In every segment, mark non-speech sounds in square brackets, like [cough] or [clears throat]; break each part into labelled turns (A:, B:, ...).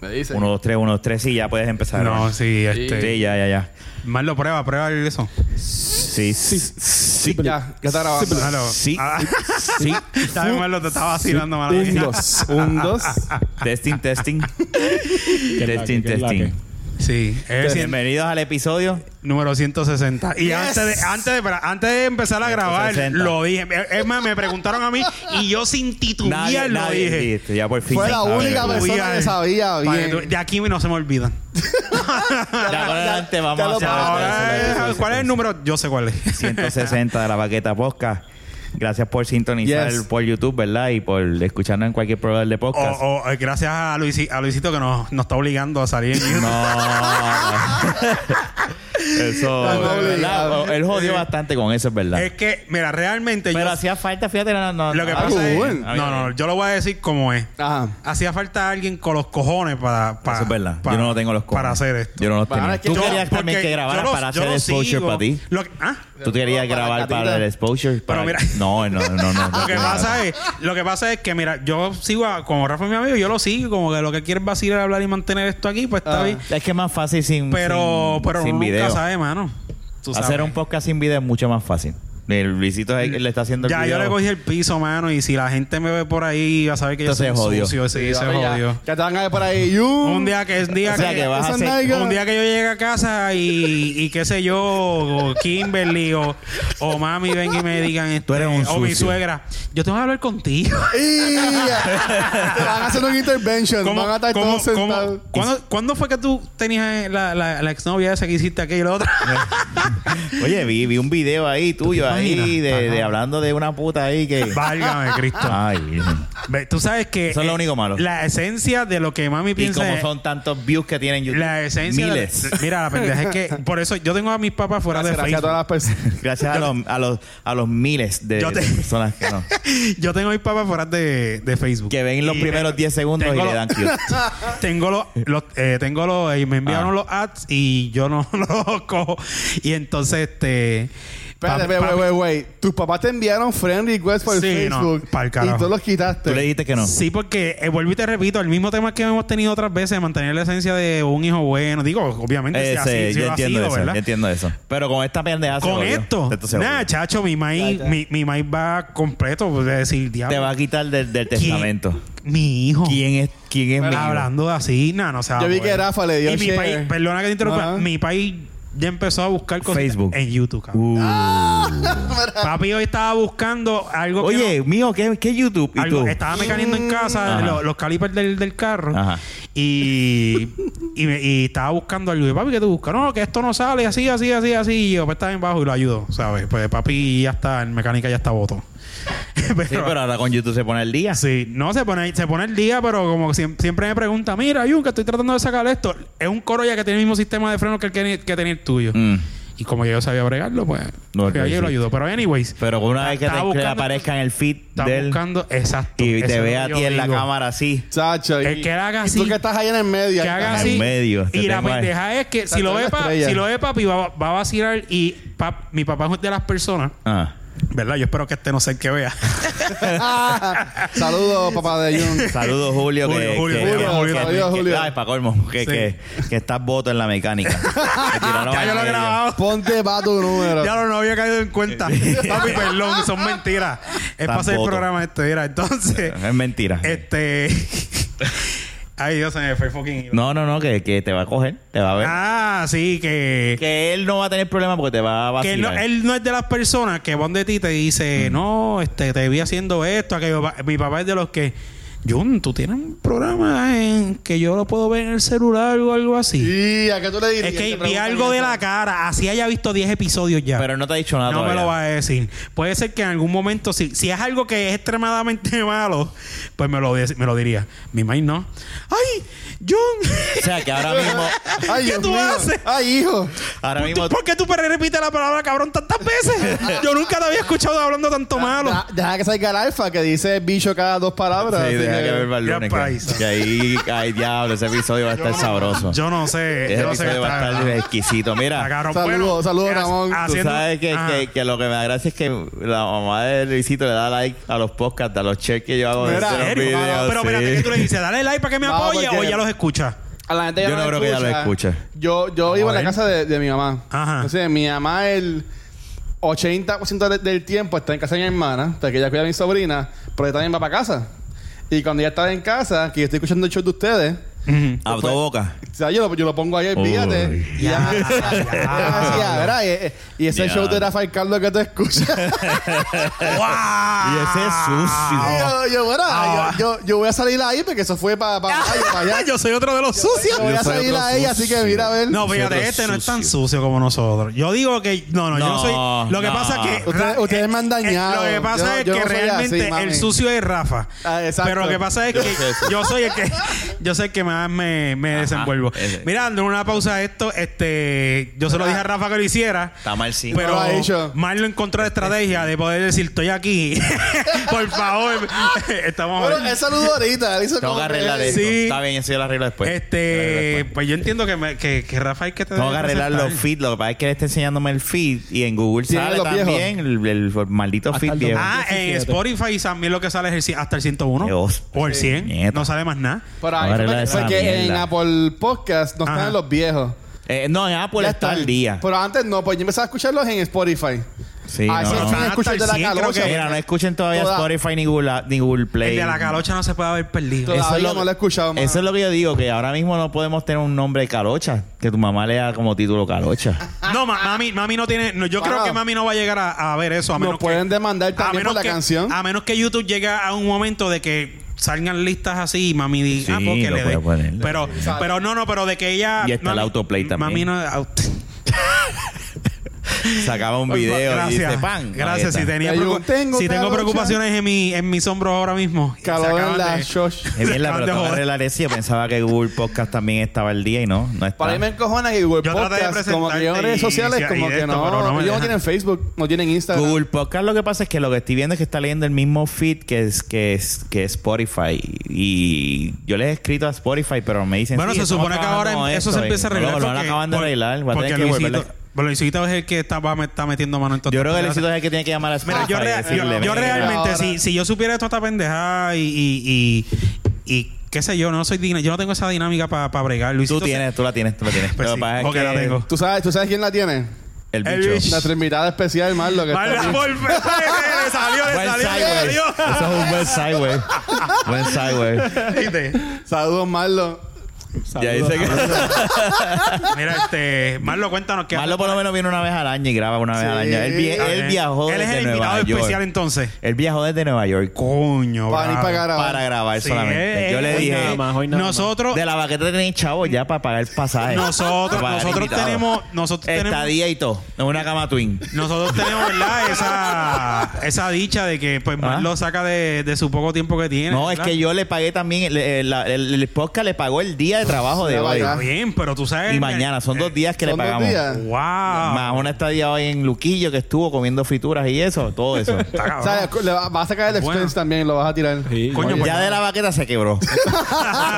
A: Me dice.
B: 1, 2, 3, 1, 2, 3 y ya puedes empezar.
C: No,
B: ¿verdad?
C: sí, este.
B: Sí, ya, ya, ya.
C: Más lo prueba, prueba eso.
B: Sí, sí.
A: Sí, ya, ya está grabando.
C: Malo.
B: Sí.
C: Ah, [laughs]
B: sí.
C: ¿Sabes, Marlo? Te estaba vacilando,
D: Un,
C: Marlo.
D: dos. Un, [laughs] dos.
B: Testing,
C: [laughs]
B: testing. testing,
D: que es la que.
B: testing.
C: Sí. Es cien-
B: Bienvenidos al episodio.
C: número 160. Y antes, de, antes, de, espera, antes de empezar a grabar,
B: 160.
C: lo dije. Es más, me preguntaron a mí y yo sin titubear lo dije.
B: listo, ya por fin.
A: Fue
B: ya
A: la
B: está,
A: única
B: bueno.
A: persona
C: Titubear.
A: que sabía
C: Para que
A: bien.
C: tú- De aquí no se me olvidan.
B: De ahora en adelante vamos
A: ya
B: a
A: lo
B: hacer-
A: pagó.
B: a hacer- a
C: Ahora,
B: hacer-
C: eh, ¿cuál es el número? Yo sé cuál es.
B: 160 de la Baqueta Podcast. Gracias por sintonizar
A: Yes.
B: por YouTube, ¿verdad? Y por escucharnos en cualquier programa de
C: O,
B: podcast.
C: o, eh, gracias a, Luisi- a Luisito que nos, nos está obligando a salir en [laughs] YouTube.
B: Eso,
A: Estamos obligados.
B: ¿verdad? Oh, Él jodió bastante con eso, es verdad.
C: Es que, mira, realmente
B: Pero
C: yo-
B: hacía falta, fíjate, no, no,
C: lo que
B: no.
C: pasa
A: Ah,
C: es...
A: cool.
C: No, no, no, yo lo voy a decir como es.
A: Ajá.
C: Hacía falta alguien con los cojones para... para
B: Eso es verdad.
C: para-
B: yo no tengo los cojones.
C: Para hacer esto.
B: Yo no los
A: Para
B: tenía.
A: que
B: Tú
A: yo-
B: querías también
C: porque
B: que
C: yo
B: grabara
C: los-
B: para
C: yo
B: hacer
C: los
B: exposure
C: sigo.
B: para ti.
C: Lo que- ¿Ah?
B: Tú querías
A: Para
B: grabar
A: Catita.
B: para el exposure. para-
C: mira-
B: [laughs] No, no, no, no. no
C: [laughs] Lo que pasa es, lo que pasa es que, mira, yo sigo a, como Rafa es mi amigo, yo lo sigo, como que lo que quiere es vacilar, hablar y mantener esto aquí, pues está
A: Ah.
C: bien.
B: Es que es más fácil sin
C: Pero,
B: sin-
C: pero
B: sin
C: nunca
B: video.
C: sabe, mano. Tú
B: Hacer
C: sabes.
B: un podcast sin video es mucho más fácil. El Luisito es el que le está haciendo el
C: Ya,
B: video.
C: yo le cogí el piso, mano, y si la gente me ve por ahí, va a saber que yo soy
B: Entonces, jodió.
C: sucio, sí, se
A: ahora ya-
C: jodió.
A: Ya te van a ver por ahí. You.
C: Un día que es día
B: O sea, que vas a
A: Esa
B: hacer-
A: nalga.
C: Un día que yo llegue a casa y, y qué sé yo, o Kimberly o, o mami ven y me digan esto. eh,
B: Tú eres un
C: O mi
B: sucio.
C: suegra. Yo tengo que hablar contigo.
A: Y-
C: [laughs]
A: te van a hacer un intervention. [laughs]
C: ¿Cómo-
A: van a estar
C: cómo-
A: todos sentados.
C: cómo- ¿cuándo, cuándo fue que tú tenías eh, la, la, la exnovia esa que hiciste aquello y lo
B: [laughs]
C: otro?
B: Oye, vi, vi un video ahí tuyo, ahí,
C: imaginas?
B: de,
C: Ajá.
B: de hablando de una puta ahí que.
C: Válgame, Cristo.
B: Ay, virgen.
C: Ah. Ve, Tú sabes que. eh,
B: Eso es lo único malo.
C: La esencia de lo que mami
B: Y
C: piensa.
B: como
C: es-
B: son tantos views que tienen YouTube.
C: La esencia. de-
B: Miles.
C: [laughs] mira, la pendeja
B: [laughs]
C: es que. Por eso yo tengo a mis papás fuera
A: Gracias,
C: de
A: gracias a
C: Facebook.
A: todas las
C: [laughs]
A: personas.
B: Gracias a los, a los, a los miles de,
C: Yo te-
B: de personas que no.
C: [laughs] Yo tengo a mis papás fuera de, de Facebook.
B: Que ven los
C: [laughs] Y,
B: primeros
C: eh,
B: 10 segundos y
C: tengo
B: le
C: lo-
B: dan
C: [laughs]
B: cute.
C: Tengo los, los eh, tengo los, eh, me enviaron
B: Ah.
C: los ads y yo no [laughs] los cojo. Y entonces, este.
A: Espérate, wait,
C: pa- pa-
A: wait, wait. Tus papás te enviaron friend request por
C: Sí, no,
A: Facebook.
C: pa'l carajo.
A: Y tú los quitaste.
B: Tú le dijiste que no.
C: Sí, porque eh, vuelvo y te repito, el mismo tema que hemos tenido otras veces, mantener la esencia de un hijo bueno. Digo, obviamente, si
B: Ese,
C: así- si
B: Eh, yo
C: lo ha
B: entiendo
C: sido,
B: eso,
C: ¿verdad?
B: yo entiendo eso. Pero con esta pendeja se
C: Con
B: jodió.
C: esto,
B: Esto se jodió.
C: nada, chacho, mi maíz,
A: Ya, ya.
C: mi, mi maíz va completo. Es decir, diablo.
B: Te va a quitar del, del
C: ¿quién-
B: testamento.
C: Mi hijo.
B: ¿Quién es, quién es mi hijo?
C: Hablando de así, nada, no se va
A: Yo
C: a
A: vi
C: poder.
A: que Rafa le dio
C: Y mi
A: share.
C: país, perdona que te interrumpa,
A: Ajá.
C: mi país ya empezó a buscar cosas
B: Facebook.
C: en YouTube. cabrón.
B: Uh.
C: Papi hoy estaba buscando algo Ah, que
B: Oye, mío, ¿qué, qué YouTube?
C: no-
B: ¿Y
C: algo-
B: tú?
C: estaba mecaneando en casa
B: Ajá.
C: lo- los calipers del, del carro
B: Ajá.
C: y y, me- y estaba buscando algo y papi que tú buscas no que esto no sale así así así así y yo pues está bien bajo y lo ayudo sabes pues papi ya está en mecánica ya está [laughs] voto
B: Sí, pero ahora con YouTube se pone el día.
C: Sí, no, se pone, se pone el día, pero como siem- siempre me pregunta, mira, Jun, que estoy tratando de sacar esto. Es un Corolla que tiene el mismo sistema de freno que el que, que tenía el tuyo.
B: Mm.
C: Y como yo sabía bregarlo, pues,
B: No, lo
C: fui ahí y lo
B: hiciste.
C: ayudó. Pero anyways,
B: Pero una vez que
C: Estaba
B: te que
C: buscando-
B: aparezca en el feed
C: está
B: de él
C: buscando, exacto.
B: y
C: eso
B: te
C: es
B: ve
C: lo
B: a
C: que
B: ti
C: yo
B: en la
C: digo.
B: cámara así.
A: Chacho.
C: El que haga
A: Y tú
C: así.
A: que estás ahí en el medio. ahí
C: Que haga
A: está.
C: así.
B: En medio, te
C: y la
B: tengo ahí.
C: pendeja es que si
A: Exacto,
C: lo, ve
A: una
C: pa-
A: estrella.
C: si lo ve papi, va, va a vacilar. Y pap- mi papá es de las personas,
B: Ah.
C: ¿verdad? Yo espero que este no sea el que
B: [laughs]
C: vea.
A: Ah, [laughs] Saludos, papá de Jun.
C: [laughs]
B: Saludos, Julio. que-
C: Julio,
B: que,
C: Julio,
B: que-
C: Julio,
B: que-
A: saludos,
B: que-
A: Julio.
B: ay, pa' colmo, que,
C: Sí.
B: que, que estás voto en la
C: [laughs]
B: mecánica. Me tiraron
C: ya
B: al
C: yo lo he
B: medio.
C: grabado.
A: Ponte para tu número.
C: Ya no, no había caído en
B: [laughs]
C: cuenta. Papi, perdón, son mentiras. Es para hacer el
B: Tampoco.
C: programa este,
B: [laughs]
C: mira. Entonces,
B: Es mentira.
C: este. [laughs] Ay, Dios, se me fue el fucking. hilo.
B: No, no, no, que, que te va a coger, te va a ver.
C: Ah, sí, que.
B: Que él no va a tener problema porque te va a
C: Que él no,
B: vacilar.
C: él no es de las personas que van de ti y te dice, no, este, te vi haciendo esto, aquello. Pa- Mi papá es de los que. Jun, tú tienes un programa en que yo lo puedo ver en el celular o algo así.
A: Y a qué tú le dirías.
C: es
A: Te
C: que vi
A: preguntan
C: algo de
A: eso.
C: la cara, así haya visto 10 episodios ya.
B: Pero no te ha dicho nada
C: No me
B: todavía.
C: lo va a decir. Puede ser que en algún momento, si, si es algo que es extremadamente [laughs] malo, pues me lo, de- me lo diría. Mi maíz no. ¡Ay,
A: [laughs]
B: O
C: John!
B: sea, que ahora mismo...
A: Ay,
C: ¿Qué
A: Dios
C: tú
A: mío.
C: haces?
A: Ay, hijo.
B: Ahora mismo...
C: ¿Por qué tú repites la palabra cabrón
A: [laughs]
C: tantas veces? Yo nunca te había escuchado hablando tanto malo.
A: Da- Deja que salga el alfa que dice bicho cada dos palabras.
B: Sí,
A: así
B: deja Habría que ver para el
C: Ya
B: lunes.
C: paisa.
B: que- que ahí, ay, diablo, ese episodio va a estar sabroso.
C: Yo no sé.
B: ese
C: yo no sé qué
B: Este episodio va a
C: está-
B: estar exquisito.
C: está
B: Mira,
C: cabrón.
A: Saludos,
C: Bueno,
A: saludos,
C: ha-
A: Ramón. Tú
B: tú
C: haciendo-
B: sabes que,
C: Ajá.
B: que, que lo que me da gracia es que la mamá de Luisito le da like a los podcasts, a los checks que yo hago de
A: Mira,
B: los
A: ¿en
C: serio?
B: videos,
C: Ah, pero espérate,
B: sí.
C: ¿qué tú le dices? Dale like para que me
A: No,
C: apoye
A: porque-
C: o ya los escucha.
A: A la gente ya
B: Yo no creo que ella lo escucha.
A: Yo, yo iba a la
C: ver.
A: casa de, de mi mamá.
C: Ajá.
A: Entonces, mi mamá, el 80% de- del tiempo está en casa de mi hermana, porque ella cuida a mi sobrina, pero ella también va para casa. Y cuando ella está en casa, que yo estoy escuchando el show de ustedes,
B: A tu boca.
A: o sea, yo, lo, yo lo pongo ahí, fíjate. Y ya, ya, ¿verdad? Y, eh, y ese
B: Ya.
A: show de Rafael Carlos que tú escuchas. [laughs]
C: ¡Wow!
B: [laughs] Y ese es
A: Y
C: Ah,
B: sucio.
A: yo, yo, bueno, yo, yo, yo voy a salir ahí porque eso fue para pa, pa- para allá.
C: ah, Yo soy otro de los sucios.
A: Yo voy
B: Yo
A: a
B: soy
A: salir
B: otro
A: a ella, así
B: sucio.
A: que mira a ver.
C: No, fíjate,
B: Nosotros
C: este no es tan
B: sucio.
C: sucio como nosotros. Yo digo que. No, no, yo no
B: No,
C: soy. Lo que
B: no.
C: pasa es que.
A: Ustedes-
C: Ra-
A: ustedes
C: eh,
A: me han
C: eh,
A: dañado.
C: Lo que
A: Yo-
C: pasa
A: yo
C: es
A: no
C: que
A: soy así,
C: realmente
A: mami.
C: el sucio es Rafa.
A: Ah, exacto.
C: Pero lo que pasa es que
B: soy así.
C: yo soy el que. Yo soy el que más me, me desenvuelvo.
B: ese.
C: Mira, dando una pausa a esto, este. Yo se lo dije a Rafa que lo hiciera.
B: Está mal, sí.
C: Pero
A: lo ha hecho.
C: Marlo encontró la estrategia de poder decir, estoy aquí. [laughs] Por favor, [laughs] estamos
A: Bueno, él saludó ahorita. él hizo
B: Tengo
A: como
B: que arreglar
A: que-
B: esto.
C: Sí.
B: Está bien, eso yo lo arreglo después. Lo arreglo
C: Este,
B: después.
C: pues yo entiendo que, me- que, que Rafa hay que te
B: Tengo que
C: debe
B: arreglar
C: presentar.
B: los feeds. Lo que pasa es que él está enseñándome el feed y en Google
A: Tiene
B: sale
A: los viejos.
B: también el, el maldito
D: Hasta
B: feed
D: el
B: viejo.
C: Ah, en
D: 17.
C: Spotify también lo que sale es el, ci- hasta el 101
B: Qué hostia.
C: o el 100.
B: Nieta.
C: No sale más nada.
A: Por ahí,
B: Ahora
A: porque-
B: arregla esa
A: porque en
B: mierda.
A: Apple Podcast no
C: Ajá.
A: están los viejos.
B: Eh, no, en Apple
A: Ya
B: está
A: están.
B: al día.
A: Pero antes no, pues yo empecé a escucharlos en Spotify.
B: Sí,
A: ah,
B: no.
A: sí,
C: Están
A: están
C: hasta
A: escuchando
C: el
A: la
C: 100, creo
A: calocha. pues.
C: que-
B: Mira, no escuchen todavía
A: Toda-
B: Spotify ni Google, ni Google Play.
C: El de la calocha no se puede haber perdido.
A: Toda-
B: Eso es
A: Todavía
B: lo-
A: no lo he escuchado, mano.
B: Eso es lo que yo digo, que ahora mismo no podemos tener un nombre de calocha, que tu mamá lea como título calocha.
C: No, ma- mami, mami no tiene. no, yo
A: Bueno.
C: creo que mami no va a llegar a, a ver eso. A menos
A: Nos
C: que-
A: pueden demandar
C: a
A: también
C: menos
A: por la
C: que-
A: canción.
C: A menos que YouTube llegue a un momento de que salgan listas así y mami diga, ah,
B: Sí,
C: porque
B: lo
C: le dé.
B: puede poner.
C: Pero, pero no, no, pero de que ella.
B: Y está el
C: mami-
B: autoplay también.
C: Mami no. [laughs] aut-
B: Sacaba
C: [laughs]
B: un video y dice pan.
C: Gracias. Si, tenía
A: Yo
C: preocu-
A: tengo
C: si tengo
A: calocha.
C: preocupaciones en, mi, en mis hombros ahora mismo. se
A: Calor
C: acaban
A: en la
C: de-
A: shosh.
B: Es bien,
C: Se [laughs]
B: la
C: acaban de
B: pelota
C: joder.
B: arreglar eso. Yo pensaba que Google Podcast también estaba al día y no, no está.
A: Para mí me encojona que Google
C: Yo traté de
A: Podcast, como que yo en
C: presentarte
A: redes
C: y-
A: sociales,
C: y
A: como
C: de
A: que
C: esto,
A: no.
C: pero no me
A: Ellos no
C: dejan.
A: tienen Facebook, no tienen Instagram.
B: Google Podcast lo que pasa es que lo que estoy viendo es que está leyendo el mismo feed que es que es que es Spotify y yo les he escrito a Spotify pero me dicen
C: Bueno,
B: "Sí,
C: se
B: estamos
C: supone que ahora
B: trabajando
C: em-
B: en
C: eso se
B: esto",
C: empieza a
B: y
C: arreglar.
B: no, lo
C: porque-
B: acaban de
C: por-
B: arreglar voy a
C: porque
B: tener que
C: Luisito,
B: volverle-
C: pero Luisito es el que está, va- está metiendo mano en todo
B: yo creo que
C: esto.
B: Luisito es el que tiene que llamar a Spotify
C: Mira, yo,
B: y
C: rea- yo-
B: decirle,
C: yo
B: "Mira,
C: realmente,
A: ahora-
C: si, si yo supiera esto, esta pendejada y, y, y, y qué sé yo, no soy digna, yo no tengo esa dinámica para bregar. Luisito
B: tú
C: se-
B: tienes tú la tienes tú la tienes
C: Pues
B: Lo que
C: sí,
B: pasa es
C: ok,
B: que
C: la tengo.
A: ¿Tú sabes, ¿Tú sabes quién la tiene?
B: el
C: El
B: bicho
C: bicho.
A: Nuestra invitada especial, Marlo. Que está
C: Mal-
A: aquí.
C: por-
B: [laughs]
C: le salió, le
B: buen
C: salió, le
B: sideway
C: salió.
B: eso es un buen sideway buen sideway
C: ¿Viste?
A: Saludos, Marlo.
B: ya
D: Saludos.
B: dice que
C: Mira, este, Marlo, cuéntanos
B: [laughs]
C: qué
B: Marlo por lo menos viene una vez al año y graba una vez
A: Sí.
B: al año él, vi-
A: Ah,
B: él
C: Ok.
B: viajó
C: Él es
B: desde
C: el
B: Nueva
C: invitado especial
B: York
C: entonces.
B: él viajó desde Nueva York
C: Coño,
A: Para ir
C: bravo.
A: para grabar.
B: para grabar
C: Sí,
B: solamente
C: eh,
B: yo le
C: eh,
D: Hoy
B: dije
D: nada más, hoy nada más.
C: Nosotros,
B: De la baqueta tenéis chavo ya para pagar el pasaje.
C: Nosotros-
B: Para pagar
C: nosotros
B: invitado.
C: tenemos- nosotros tenemos-
B: Estadía y todo. En una cama twin.
C: Nosotros
B: [laughs]
C: tenemos, ¿verdad? Esa, esa dicha de que pues
B: Ah.
C: lo saca de, de su poco tiempo que tiene.
B: No, es
C: ¿verdad?
B: que yo le pagué también. le- eh, la- el, el podcast le pagó el día de trabajo de
A: Ya
B: hoy.
A: vaya.
C: Está bien, pero tú sabes.
B: Y mañana. Son
C: Eh,
B: dos días que le
A: Son dos
B: pagamos.
A: días.
C: ¡Wow! Ah.
B: Más una estadía hoy en Luquillo que estuvo comiendo frituras y eso. Todo eso.
C: Está
A: [laughs]
C: cabrón.
A: O sea, le va- vas a sacar el
C: Bueno.
A: expense también, lo vas a tirar.
D: Sí,
C: [laughs] Coño,
D: oye,
C: pues-
B: ya de la baqueta se quebró.
A: [laughs]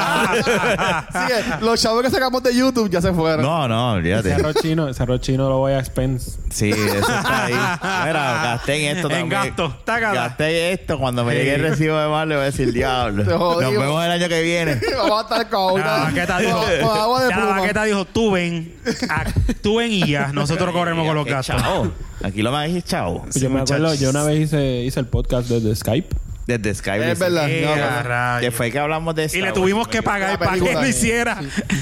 A: Así que los chavos que sacamos de YouTube ya se fueron. [laughs]
B: No, no,
D: ese
B: olvídate.
D: arroz chino, ese arroz chino lo voy a expense.
B: Sí, eso está ahí.
C: [laughs]
B: Mira, gasté en esto
C: En
B: también.
C: gasto, tácala.
B: Gasté en esto. Cuando me
C: Sí.
B: llegue el recibo de mar, le voy a decir, diablo.
A: Te
B: Nos
A: jodí,
B: vemos el año que viene.
A: Vamos a estar con
C: La
A: una-
C: baqueta dijo,
A: con- con agua de
C: ya la
A: pluma.
C: baqueta dijo, tú ven, a- tú ven y ya,
B: [laughs]
C: nosotros corremos con los
B: Qué
C: gastos.
B: Chao. Aquí lo más es chao.
D: yo me acuerdo, yo una vez hice, hice el podcast desde
A: [laughs]
D: Skype.
B: Desde Sky.
A: Es verdad.
C: Eh,
A: No,
C: a
A: no.
C: rayos.
B: Que fue que hablamos de
C: Y
B: Star
C: le
B: Wars.
C: tuvimos que
A: La
C: pagar para que
A: película.
C: lo hiciera.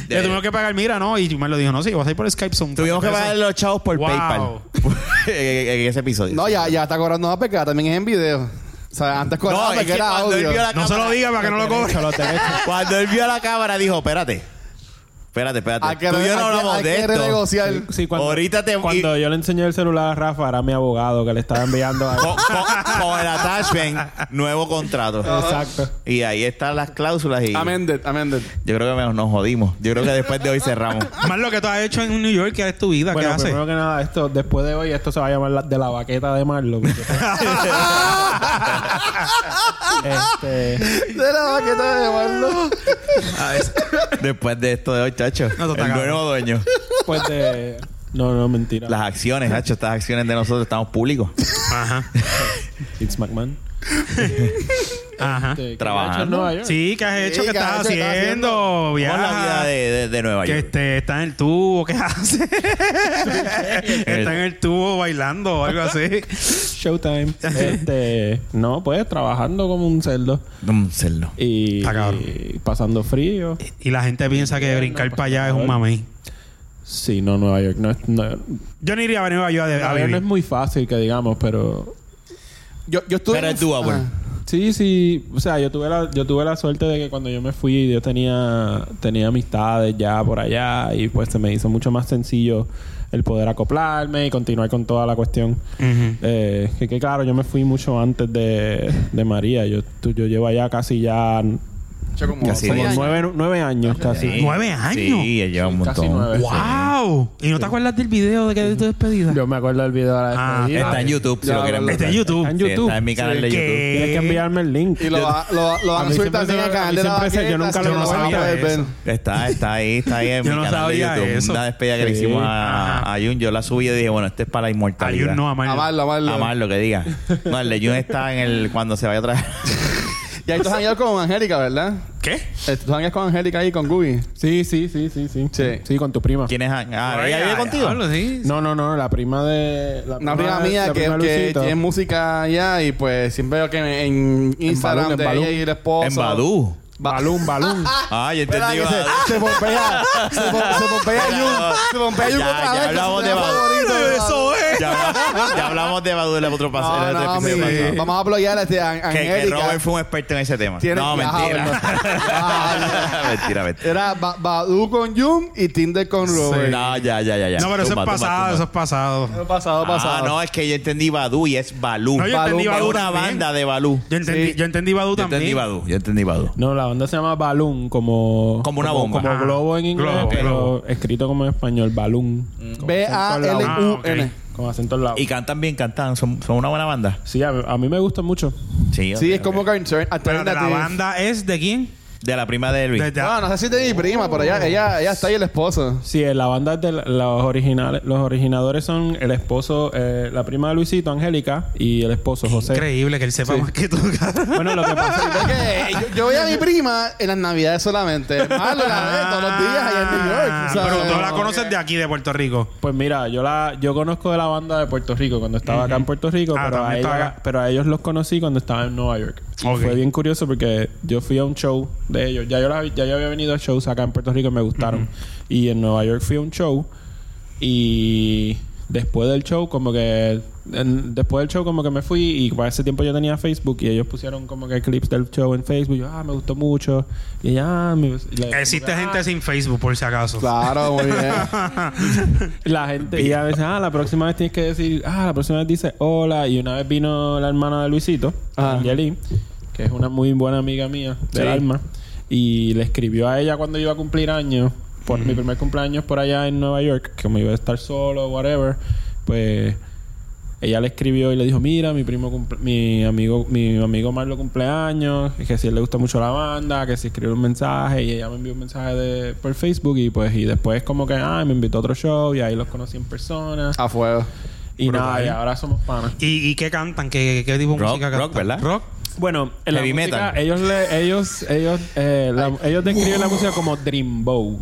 C: Le tuvimos que pagar, mira, ¿no? Y me lo dijo, no, sí, vas a ir por Skype. Son
B: Tuvimos que
C: pesos.
B: pagar los chavos por
C: Wow.
B: PayPal. [laughs] en ese episodio.
A: No, ya, ya está cobrando APK, también es en video. O sea, antes cobraba
B: es
A: que
B: que
A: era
B: cuando él
A: audio.
B: vio la
C: No se
B: cámara-
A: [laughs]
C: lo diga para que no lo cobre.
D: Solo te
B: Cuando él vio la cámara dijo, espérate. Espérate, espérate.
A: Hay que
B: Tú y
A: re-
B: yo no
A: hay que-
B: hablamos
A: hay
B: de
A: que
B: esto.
A: renegociar.
D: Sí, cuando,
B: Ahorita te-
D: cuando yo le enseñé el celular a Rafa, era mi abogado que le estaba
A: [laughs]
D: enviando a...
A: Oh,
B: Con, con- con el attachment, nuevo contrato.
D: Exacto.
B: Y ahí están las cláusulas y...
A: Amended, amended.
B: Yo creo que nos jodimos. Yo creo que después de hoy cerramos.
C: Más lo que tú has hecho en New York, que es tu vida,
D: Bueno,
C: ¿qué haces?
D: primero que nada, esto después de hoy esto se va a llamar la- de la baqueta de Marlo. porque-
A: [laughs]
D: este,
A: De la baqueta de Marlo.
B: Después de esto de hoy, chacho.
C: Ah, No, tú estás
B: el
C: cabrón.
B: nuevo dueño.
D: pues de... No, no, mentira.
B: Las acciones, chacho. Estas acciones de nosotros estamos públicos.
C: Ajá.
D: It's McMahon.
C: Ajá.
D: Este, ¿qué
B: Trabajando.
D: ha hecho en Nueva York?
C: Sí, ¿qué has hecho?
A: Sí,
C: ¿Qué
A: ¿qué has
C: estás
A: hecho? ¿Qué estás
C: haciendo?
B: ¿Cómo es la vida
C: Viaja.
B: de, de- de Nueva
C: Que
B: York?
C: este, está en el tubo, ¿qué [laughs] haces? está en el tubo bailando o algo
D: [laughs]
C: así.
D: Showtime. Este, no, pues trabajando como un cerdo
B: Mm, cerdo.
D: y,
C: Está Ah, cabrón.
D: y pasando frío.
C: Y la gente piensa que brincar
D: pues,
C: para allá es un mamey.
D: Sí, no, Nueva York no es, no,
C: Yo no iría a Nueva York Eh, a, a
D: Nueva York no es
C: vivir.
D: muy fácil que digamos, pero
A: Yo, yo estuve.
B: Pero es doable.
A: Ah.
D: Sí, sí. O sea, yo tuve la, yo tuve la suerte de que cuando yo me fui, yo tenía, tenía amistades ya por allá y pues se me hizo mucho más sencillo el poder acoplarme y continuar con toda la cuestión.
C: Ujú.
D: Eh, que, que claro, yo me fui mucho antes de, de María. Yo, tú- yo llevo allá casi ya
A: Yo como,
B: Casi
A: seis
B: diez.
A: años.
D: nueve, nueve años casi.
C: ¿Nueve
B: Sí,
C: años?
B: ya lleva un
D: Casi
B: montón.
D: nueve.
C: ¡Wow! ¿Y no te acuerdas del video de que de tu despedida?
D: Yo me acuerdo del video de la
C: Ah,
D: despedida.
B: Está en YouTube, si
A: Ya,
B: lo quieren ver.
A: está
C: Está en YouTube.
D: Está en
B: Sí,
D: YouTube.
B: está en mi canal
A: Sí,
B: de YouTube.
C: que-
D: Tienes que enviarme el link.
A: Y lo, va- lo, va- lo van a
D: mí
A: subir
D: siempre
A: también
D: se-
A: al
D: a
A: canal
D: mí
A: de la
D: siempre se-
A: baqueta.
D: yo nunca
A: así
C: lo
A: que van a
C: sabía
A: poder ver.
C: eso.
B: Está, está ahí, está ahí en
C: Yo
B: mi
C: no
B: canal de
C: sabía
B: YouTube.
C: eso.
B: Una despedida que le
D: Sí.
B: hicimos a,
C: Ajá.
B: a Jun. Yo la subí y dije, bueno, este es para la inmortalidad.
C: Ayun no, amarlo.
A: Amarlo, amarlo.
B: A Marlo, que diga. No, el de Jun está en el... Cuando se vaya a traer.
A: Y ahí tú has hangueado con Angélica, ¿verdad?
C: ¿Qué?
A: Eh, Tú hangueas con Angélica ahí, con Gubi.
D: Sí, sí, sí, sí, sí.
A: Sí.
D: con tu prima.
B: ¿Quién es? Ah,
C: Ay,
B: ¿ella vive
C: ay,
B: contigo?
C: hablo, sí.
D: No, no, no, la prima de. La
A: Una prima mía
D: la
A: que,
D: prima de
A: que
D: Luisito.
A: tiene música allá y pues siempre veo que en, Instagram
D: Balloon, en
A: de
D: Balloon.
A: ella y el esposo.
B: En
C: Uh.
B: Badú.
A: [laughs]
D: Balún, balún.
B: Ah, yo
A: ¿Verdad
B: entendí.
A: que
B: Badú.
A: se, se pompea, se, pom- se pompea Jun, se pompea Jun
B: Ya,
A: otra
B: ya
A: vez,
B: hablamos
A: que es su
B: de
A: tema
B: Badoo.
A: favorito, ¿verdad?
C: Eso es.
B: Ya, hablamos- ya hablamos de Badú en el otro paso.
A: No,
B: en el otro
A: no,
B: episodio
A: mi-
B: pasado.
A: Vamos a apoyar a este a-
B: Que, que
A: Angélica.
B: Robert fue un experto en ese tema.
A: Tiene-
B: No,
A: Ajá,
B: mentira.
A: ¿verdad?
B: [laughs] mentira, mentira.
A: Era Ba- Badu con Jun y Tinder con Robert.
B: No, ya, ya, ya, ya.
C: No, pero eso
B: Tumba, tumba,
C: es pasado,
B: tumba.
C: eso es pasado.
A: Pasado,
B: Ah, no, es que yo entendí Badú y es Balú.
C: No, yo entendí
B: Balú
C: Badú
B: es una
C: también.
B: banda de Balú.
C: Yo entendí,
A: Sí.
C: yo entendí Badu
B: Yo
C: también.
B: entendí Badú, yo entendí Badú.
D: No, la banda se llama Balloon, como.
B: Como una bomba.
D: Como
C: Ah.
D: globo en inglés,
C: Globo,
D: pero
C: globo.
D: escrito como en español, Balloon.
C: Ah, ok.
A: B-A-L-U-N.
D: Con acento al lado.
B: Mm. Y cantan bien, cantan, son, son una buena banda.
D: Sí, a, a mí me gusta mucho.
B: Sí,
A: Sí,
B: ok,
A: es como
B: ok.
A: que Altern-
C: Pero de la
A: alternative.
C: banda es de quién?
B: De la prima de Luis.
C: De- de-
A: No, no sé si es de mi prima, pero ella, ella, ella está ahí el esposo. [laughs]
D: Sí, eh, la banda es de la- los originales. Los originadores son el esposo, eh, la prima de Luisito, Angélica, y el esposo, José.
C: Increíble que él sepa más que tú. cabrón.
D: Bueno, lo que pasa
C: [laughs]
A: Porque yo, yo veía a mi prima en las navidades solamente. Malo, la veo todos los días allá en New York.
C: Ah,
A: ¿sabes?
C: Pero tú la
A: Ok.
C: conoces de aquí, de Puerto Rico.
D: Pues mira, yo la yo conozco de la banda de Puerto Rico cuando estaba acá en Puerto Rico,
C: Ah,
D: pero, a
C: también estaba
D: ella-
C: acá.
D: pero a ellos los conocí cuando estaba en Nueva York. Y
C: Ok.
D: Fue bien curioso porque yo fui a un show de ellos. Ya yo, la- ya yo había venido a shows acá en Puerto Rico y me gustaron. Y en Nueva York fui a un show y después del show como que en- después del show como que me fui y para ese tiempo yo tenía Facebook y ellos pusieron como que clips del show en Facebook. Yo, ah, me gustó mucho. Y ya,
C: Existe gente sin Facebook, por si acaso.
A: Claro, muy
C: [laughs]
A: bien.
D: [laughs] la gente, y a veces, ah, la próxima vez tienes que decir, ah, la próxima vez dice hola. Y una vez vino la hermana de Luisito,
A: Ajá.
D: Angelín, que es una muy buena amiga mía del
A: Sí.
D: alma, y le escribió a ella cuando iba a cumplir años, por mi primer cumpleaños por allá en Nueva York, que me iba a estar solo, whatever, pues. Ella le escribió y le dijo, mira, mi primo, cumple- mi amigo, mi amigo Marlo cumpleaños, que si a él le gusta mucho la banda, que si escribe un mensaje y ella me envió un mensaje de, por Facebook y pues y después como que, ah, me invitó a otro show y ahí los conocí en persona
B: Ah,
A: A fuego.
D: y
C: brutal.
D: nada, y ahora somos panas.
C: ¿Y, y qué cantan? ¿Qué, qué tipo de
B: Rock,
C: música cantan?
B: rock, ¿verdad?
C: Rock.
D: Bueno, en la
B: Heavy
D: música,
B: metal.
D: ellos, le- ellos, ellos, eh, la- ellos describen la música como Dreambow.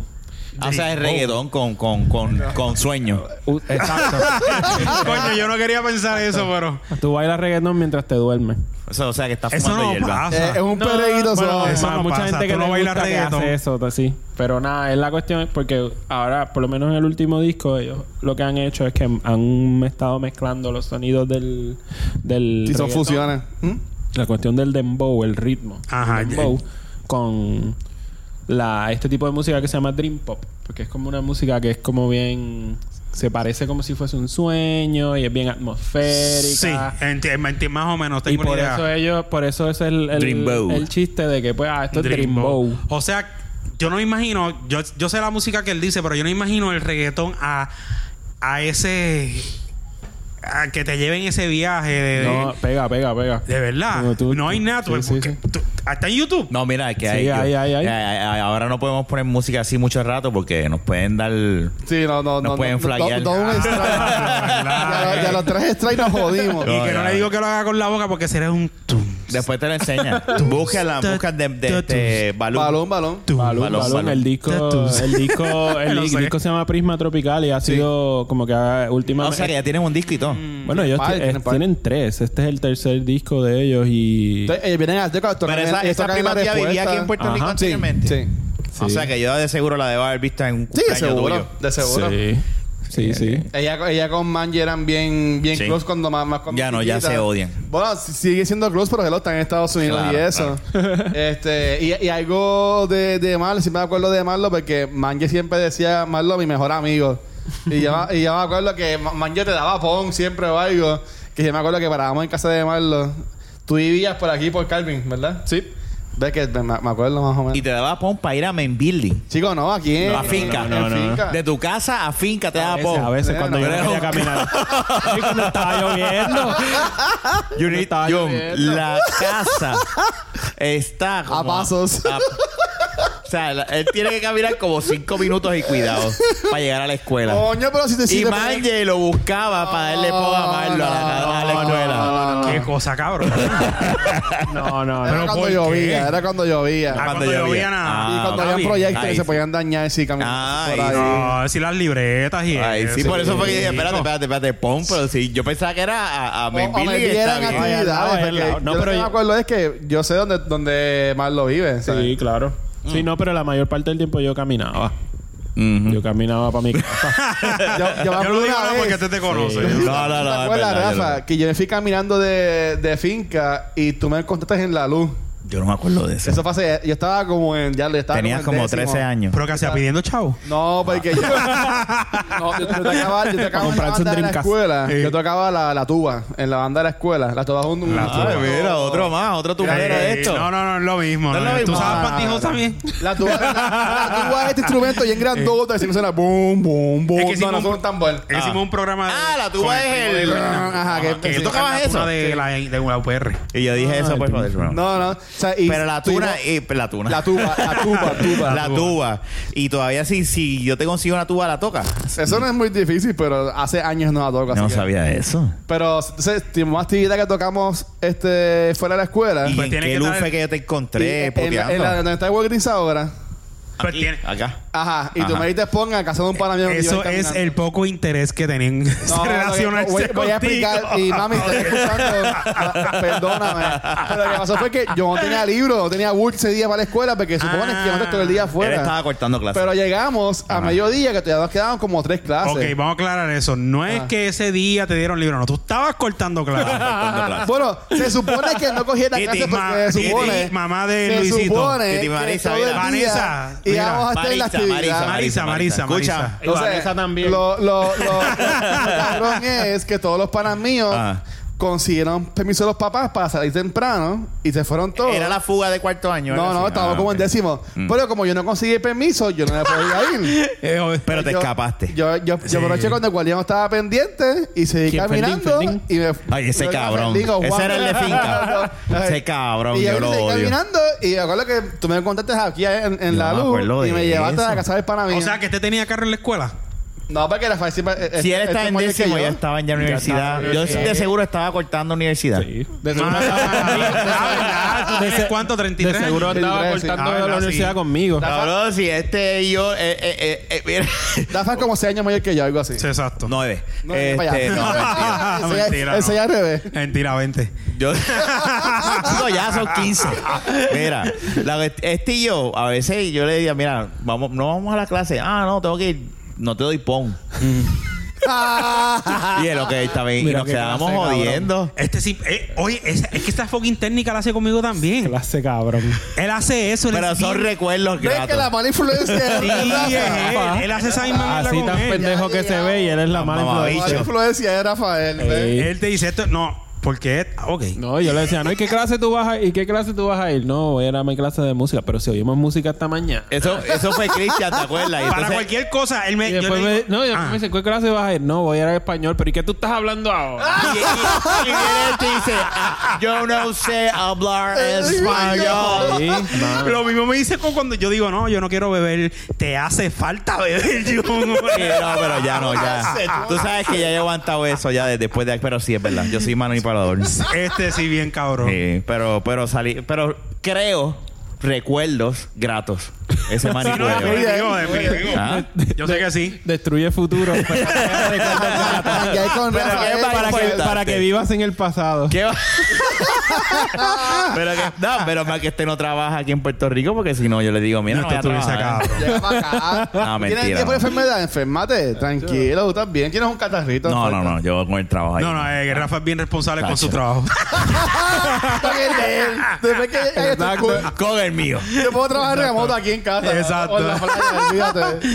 B: Ah, o sea, es reggaetón con, con, con, con sueño.
D: U-
B: [laughs]
D: Exacto.
C: Coño, yo no quería pensar eso, pero.
D: Tú bailas reggaetón mientras te duermes.
B: O sea, o sea que está
C: Eso
B: fumando
C: no
B: hierba.
A: Eh,
C: pasa.
A: es un pereguito
D: Bueno,
A: suave.
D: hay
C: eso no
D: mucha
C: pasa.
D: gente que
C: Tú no
D: no
C: bailas
D: baila reggaeton.
C: reggaetón.
D: eso, t- sí. Pero nada, es la cuestión es porque ahora, por lo menos en el último disco, ellos lo que han hecho es que han estado mezclando los sonidos del del
A: Si son
D: reggaetón.
A: fusiones. ¿Mm?
D: La cuestión del dembow, el ritmo.
C: Ajá,
D: el dembow con la, este tipo de música que se llama Dream Pop, porque es como una música que es como bien... Se parece como si fuese un sueño y es bien
C: Sí,
D: atmosférica.
C: enti- enti- más o menos.
D: y
C: Tengo
D: por
C: una idea.
D: eso ellos, por eso es el, el,
B: Dreambow.
D: el chiste de que pues ah, esto es
C: Dreambow.
D: Dreambow.
C: O sea, yo no me imagino, yo, yo sé la música que él dice, pero yo no imagino el reggaetón a, a ese. a que te lleven ese viaje de.
D: No, pega, pega, pega.
C: Eh, de verdad.
D: Como tú-
C: no hay nada,
D: sí,
C: pues,
D: sí,
C: porque
D: sí.
C: tú- hasta en YouTube.
B: No, mira, que
D: Sí,
B: hay,
D: hay, hay, hay.
B: eh, eh, Ahora no podemos poner música así mucho rato porque nos pueden dar.
A: Sí, no, no, no.
B: Nos pueden flaggear.
A: No, no, un strike.
B: [laughs]
C: Ah,
A: ya, lo- ya los tres strikes nos jodimos.
C: Y
B: No,
C: que
B: ya,
C: no le
B: ya.
C: digo que lo haga con la boca porque será un. tum,
B: Después te la enseñan. Búscala, busca de, de, de Balú.
A: balón, balón.
C: tum.
D: Balón,
B: Balón,
D: balón,
B: balón.
D: El disco,
C: Tatus.
D: el
C: [laughs]
D: disco, el
C: No
D: di-
C: sé.
D: disco se llama Prisma Tropical y ha sido como que ah,
B: O
D: últimamente.
B: sea, que ya tienen un disco y todo.
D: bueno, ellos
A: Par,
D: ti- eh,
A: tienen
D: tienen,
A: par.
D: tres. Este es el tercer disco de ellos y.
A: Entonces, ellos vienen a tocar.
B: Pero esa, esa prima tía vivía aquí en Puerto Rico
D: Ajá.
B: anteriormente.
A: Sí.
B: O
D: Sí.
B: sea, que yo de seguro la debo haber visto en un
A: Sí, de
B: cumpleaños
A: seguro.
B: tuyo.
A: De seguro.
D: Sí, sí, sí.
A: Ella, ella con Manji eran bien, bien
B: Sí.
A: close cuando más, más cuando
B: Ya no, ya
A: chiquita.
B: se odian.
A: Bueno, si- sigue siendo close, pero hello, están en Estados Unidos
B: Claro,
A: y eso. [laughs] este, y, y algo de, de Marlo, siempre me acuerdo de Marlo, porque Manji siempre decía Marlo, mi mejor amigo. Y yo, y yo me acuerdo que Ma- Manji te daba pon siempre o algo. Que yo me acuerdo que parábamos en casa de Marlo. Tú vivías por aquí, por Calvin, ¿verdad?
D: Sí.
A: Ves que me, me acuerdo más o menos.
B: Y te daba pon para ir a Main Building.
A: Chico, no, aquí en,
B: a finca.
A: en
B: No,
D: no, no.
A: finca.
B: De tu casa a finca te
D: A
B: daba
D: veces,
B: pon.
D: a veces
A: Bueno,
D: cuando yo no
B: pero-
D: quería caminar. [laughs] Ay, cuando estaba lloviendo.
B: You need-
D: Estaba
B: John,
D: lloviendo.
B: la casa está como
A: A pasos.
B: a- o sea, la- él tiene que caminar como cinco minutos y cuidado para llegar a la escuela.
A: Coño, Oh, pero si te si
B: y
A: te-
B: Manje lo buscaba para darle pon a Marlo a, la, a la escuela.
C: Qué
B: [laughs]
C: cosa, cabrón.
A: [laughs]
D: No, no,
A: Era
D: no.
C: Pero
A: cuando
C: ¿por
A: llovía,
C: qué?
A: era cuando llovía.
C: Ah, cuando
B: llovía.
C: llovía nada.
A: y
B: Ah,
A: cuando
B: está
A: había
B: bien.
A: proyectos que
B: Ahí
A: se
B: sí.
A: podían dañar si caminaban
B: Ahí
A: por ahí.
C: No, si las libretas y
B: Ay, sí,
C: eso.
B: por eso fue que dije,
C: Sí,
B: espérate,
C: no.
B: espérate, espérate, pon, pero sí, yo pensaba que era a, a
A: O,
B: Main
A: o me
B: Building, está
A: dieran
B: bien.
D: ti.
A: actividades.
D: Ay, al lado,
A: porque
D: al lado. No,
A: yo lo
D: pero
A: que
D: yo-
A: me acuerdo es que yo sé dónde, dónde Marlo vive. ¿sabes?
D: Sí, claro. Sí, no, pero la mayor parte del tiempo yo caminaba.
B: Ujú.
D: Yo caminaba [laughs] para mi casa.
A: Yo, yo me
C: Yo lo
A: acuerdo
C: digo
A: una
C: ahora porque
A: vez.
C: usted te conoce.
B: [laughs] No, no, no,
A: ¿Te
B: es
A: acuerdas,
B: verdad, yo
A: Rafa?
B: no-
A: Que yo me fui caminando de, de finca y tú me encontraste en la luz.
B: Yo no me acuerdo de eso.
A: Eso fue hace... Yo estaba como en... Ya lo estaba
B: Tenías
A: en
B: como
A: décimo.
B: 13 años.
C: Pero que hacía pidiendo chavo.
A: No, porque yo... no, yo, yo tocaba, yo tocaba en la
D: comprarse un
A: banda de la
D: Dreamcast.
A: escuela.
C: Sí.
A: Yo tocaba la, la tuba en la banda de la escuela. La tuba junto
C: La
B: Ah,
C: tuba.
B: mira, otro más, otro tu de
C: Eh,
B: esto.
C: No, no, no, es lo mismo.
B: No es
C: no,
B: lo
C: ¿Tú
B: mismo.
C: sabes
A: Ah,
C: patijos también?
A: La tuba, la, la tuba es este instrumento y en grandota y siempre suena boom, boom, boom.
C: Es que hicimos
A: no, no
C: un-
A: suena un tambor.
C: Es que Hicimos un programa. de-
B: Ah, la tuba
C: con
B: es
C: primo
B: el-
C: de-
A: Ajá, que-
C: Que
A: sí.
C: tú
B: Tocaba
C: tocabas eso.
B: eso.
C: De la de la UPR.
B: Y yo dije eso, pues, joder, no.
A: No, no. O sea, y
B: Pero la
A: tuvimos-
B: tuna, y, pues, la tuna.
A: La tuba, la
B: [laughs]
A: tuba, tuba.
B: La tuba. Y todavía si, si yo te consigo una tuba, la toca.
A: Eso no es muy difícil, pero hace años no la toco. así
B: No
A: que-
B: sabía eso.
A: Pero entonces, tuvimos actividad que tocamos este, fuera de la escuela.
B: ¿Y
C: Pues
B: en
C: tiene
B: qué
C: que
B: luz
C: estar-
B: fue que yo te
A: Y
B: encontré?
A: en, en la, en la-
B: popeando?
A: donde está el Walgreens ahora.
C: Pues tiene-
B: Acá.
A: Ajá. Y tú
B: Ajá.
A: me dijiste ponga a casa de un pana mío. que iba
C: Eso es
A: caminando.
C: el poco interés que tenían en
A: No, lo que-
C: relacionarse
A: voy, voy a
C: contigo.
A: explicar y mami te estoy escuchando Ah, perdóname pero lo que pasó fue que yo no tenía libro no tenía book ese día para la escuela porque suponen que
C: Ah,
A: íbamos todo el día
B: Él
A: afuera
B: estaba cortando clases.
A: pero llegamos a mediodía que todavía nos quedaban como tres clases
C: Ok, vamos a aclarar eso. No es que ese día te dieron libro, no. Tú estabas cortando clases.
B: Cortando clases.
A: bueno se supone que no cogí la
B: Titi,
A: clase
C: ma-
A: porque se
C: Titi,
A: supone
C: mamá de
A: se
C: Luisito.
A: supone
B: Titi
A: que
B: Marisa,
A: todo el
B: mira.
A: día
C: Marisa, mira.
A: íbamos a estar en la
B: Marisa, Marisa,
A: actividad
C: Marisa, Marisa,
B: Escucha.
C: Marisa.
D: Y Vanessa también.
A: Lo, lo,
B: [laughs]
A: lo, lo cabrón es que todos los panas míos
B: Ajá.
A: consiguieron permiso de los papás para salir temprano y se fueron todos.
B: Era la fuga de cuarto año.
A: no,
B: era
A: no,
B: así.
A: estábamos
B: Ah,
A: como
B: ok.
A: en décimo. Pero como yo no conseguí el permiso, yo no me podía ir.
C: Eh, joder.
B: [laughs] Pero te
A: Yo-
B: escapaste.
A: Yo, yo, yo aproveché cuando el guardián estaba pendiente y seguí
D: ¿Quién? Ferlín,
A: caminando.
D: Ferlín.
A: Y me,
B: Ay, ese
A: me-
B: cabrón.
A: digo,
B: Ese
A: "Guau".
B: era el de
A: [laughs]
B: finca. Ese cabrón,
A: Y
B: yo
A: yo
B: lo
A: seguí
B: odio.
A: caminando y me acuerdo que tú me contaste aquí en, en
B: Yo
A: la
B: me acuerdo
A: luz y
B: de
A: me llevaste a
B: eso.
A: la casa del pana mío.
C: O sea, que este tenía carro en la escuela.
A: No, porque era fácil.
B: Si él estaba en décimo, ya estaba en ya universidad.
D: estaba en
B: Yo
D: universidad.
B: de seguro estaba cortando universidad.
D: Sí.
A: De
C: Ah, ah, ¿verdad? ¿Tú tienes cuánto? 33
D: De seguro
A: años.
D: andaba
A: 23, sí.
D: cortando
C: Ah,
D: de
C: verdad,
D: la
C: sí.
D: universidad conmigo.
B: Cabrón, si este y yo. eh, eh, eh, eh, mira.
A: [laughs] Dafa es como 6 años mayor que yo, algo así.
C: Sí, exacto.
B: Nueve.
A: No, para allá.
B: Este,
A: [laughs]
B: no, mentira.
A: Ese ya-
C: Mentira, no.
A: Ese ya al
B: [laughs]
A: revés.
C: Mentira, 20.
B: Yo. No, ya son 15. Mira, la que- este y yo, a veces yo le decía, mira, vamos, no vamos a la clase. Ah, no, tengo que ir. No te doy pon.
A: Ah.
B: Y el ok estaba bien. Y
D: Mira
B: nos
D: qué
B: quedábamos
D: clase, cabrón.
B: jodiendo.
C: Este sí, eh, oye, esa- es que esta fucking técnica la hace conmigo también.
D: Clase cabrón.
C: Él hace eso. él
B: Pero
C: es
B: son
C: bien-
B: recuerdos
A: ¿Ves que la
B: gratos.
A: mala influencia
C: Sí,
A: era
C: es
A: Rafa?
C: él. Él hace esa misma mierda
D: Así
C: con
D: tan
C: él.
D: pendejo que se ve y él es la mala
B: Mamá,
A: La
D: influencia.
A: mala
B: bicho.
A: influencia era Rafael. ¿ves?
D: Ey.
C: Él te dice esto. No, porque es. Ok.
D: No, yo le decía, no, ¿y qué clase tú vas a ir? ¿Y qué clase tú vas a ir? No, voy a ir a mi clase de música, pero si oímos música esta mañana.
B: Eso, eso fue Cristian, ¿te acuerdas? Y
C: Para
B: entonces-
C: cualquier cosa, él me.
D: Y
C: Eh, yo
D: después
C: le
D: me,
C: digo,
D: no, y después
C: ah.
D: me
C: [laughs]
D: dice, ¿qué clase vas a ir? No, voy a ir a español, pero ¿y qué tú estás hablando ahora?
B: Y, y- y viene este y dice, "Ah, yo no sé hablar español.
D: [laughs] Sí, mano.
C: Lo mismo me dice con cuando yo digo, no, yo no quiero beber. Te hace falta beber, [laughs] yo.
B: Sí, no, pero ya no, ya. Tú sabes que ya he aguantado eso ya de- después de... Pero sí, es verdad. Yo soy manipulador.
C: Este sí, bien cabrón.
B: Sí, pero, pero salí... Pero creo recuerdos gratos. Ese
C: No,
B: manipulador.
C: definitivo, definitivo.
B: Ah.
D: eh,
C: Yo sé que sí.
D: Destruye [laughs] futuro.
A: [laughs] Ya ahí con
B: Pero
A: Rafael,
B: que
A: pues,
B: para
D: para,
B: que-
D: que, para que vivas en el pasado.
B: ¿Qué va? [laughs] pero que, no, pero más que este no trabaja aquí en Puerto Rico porque si no yo le digo, mira, no,
C: Esto
B: voy a
C: estuviese
B: trabajar.
A: [laughs]
C: cabrón.
A: Llega para acá.
B: No, mentira,
A: ¿Tienes tiempo
B: no.
A: por enfermedad? Enfermate. Tranquilo, tú estás bien. Tienes un catarrito.
B: No, no, no, yo con el trabajo ahí.
C: No, no, eh, que Rafa es bien responsable con
B: Tacho.
C: su trabajo.
A: Está bien, bien. Después
C: [laughs]
A: que llegue esto,
B: Con- [laughs] Con el mío.
A: yo puedo trabajar remoto aquí en casa.
C: Exacto.
A: O en la playa, olvídate.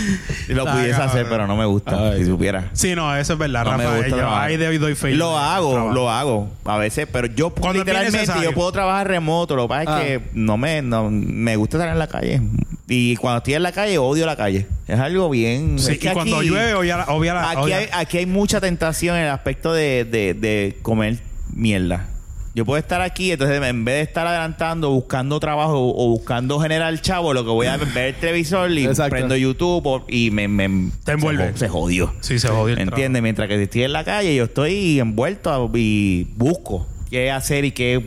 B: Lo
C: Ah,
B: pudiese
C: cabrón.
B: hacer, pero no me gusta.
D: Ay,
B: si
D: sí.
B: supiera.
C: Sí, no, eso es verdad,
B: No me
C: Rafa. eh,
B: gusta
C: yo
B: trabajar.
C: ahí de- doy fe.
B: Lo hago,
C: Trabajo.
B: lo hago. A veces, pero yo
C: Cuando es bien
B: literalmente
C: necesario. Ah.
B: yo puedo trabajar remoto. Lo que pasa es que no me, no, me gusta estar en la calle. Y cuando estoy en la calle, odio la calle. Es algo bien.
C: Sí,
B: es que
C: y cuando
B: aquí-
C: llueve, obvia la. Obvia la
B: Aquí
C: obvia-
B: hay, aquí hay mucha tentación en el aspecto de, de- de comer mierda. Yo puedo estar aquí, entonces en vez de estar adelantando, buscando trabajo o buscando generar chavo, lo que voy a ver el televisor y
A: Exacto.
B: prendo YouTube o- y me, me-
C: Te envuelve.
B: Se, jo- se jodió.
C: Sí, se jodió. el
B: ¿Entiendes? Mientras que estoy en la calle, yo estoy envuelto a- y busco qué hacer y qué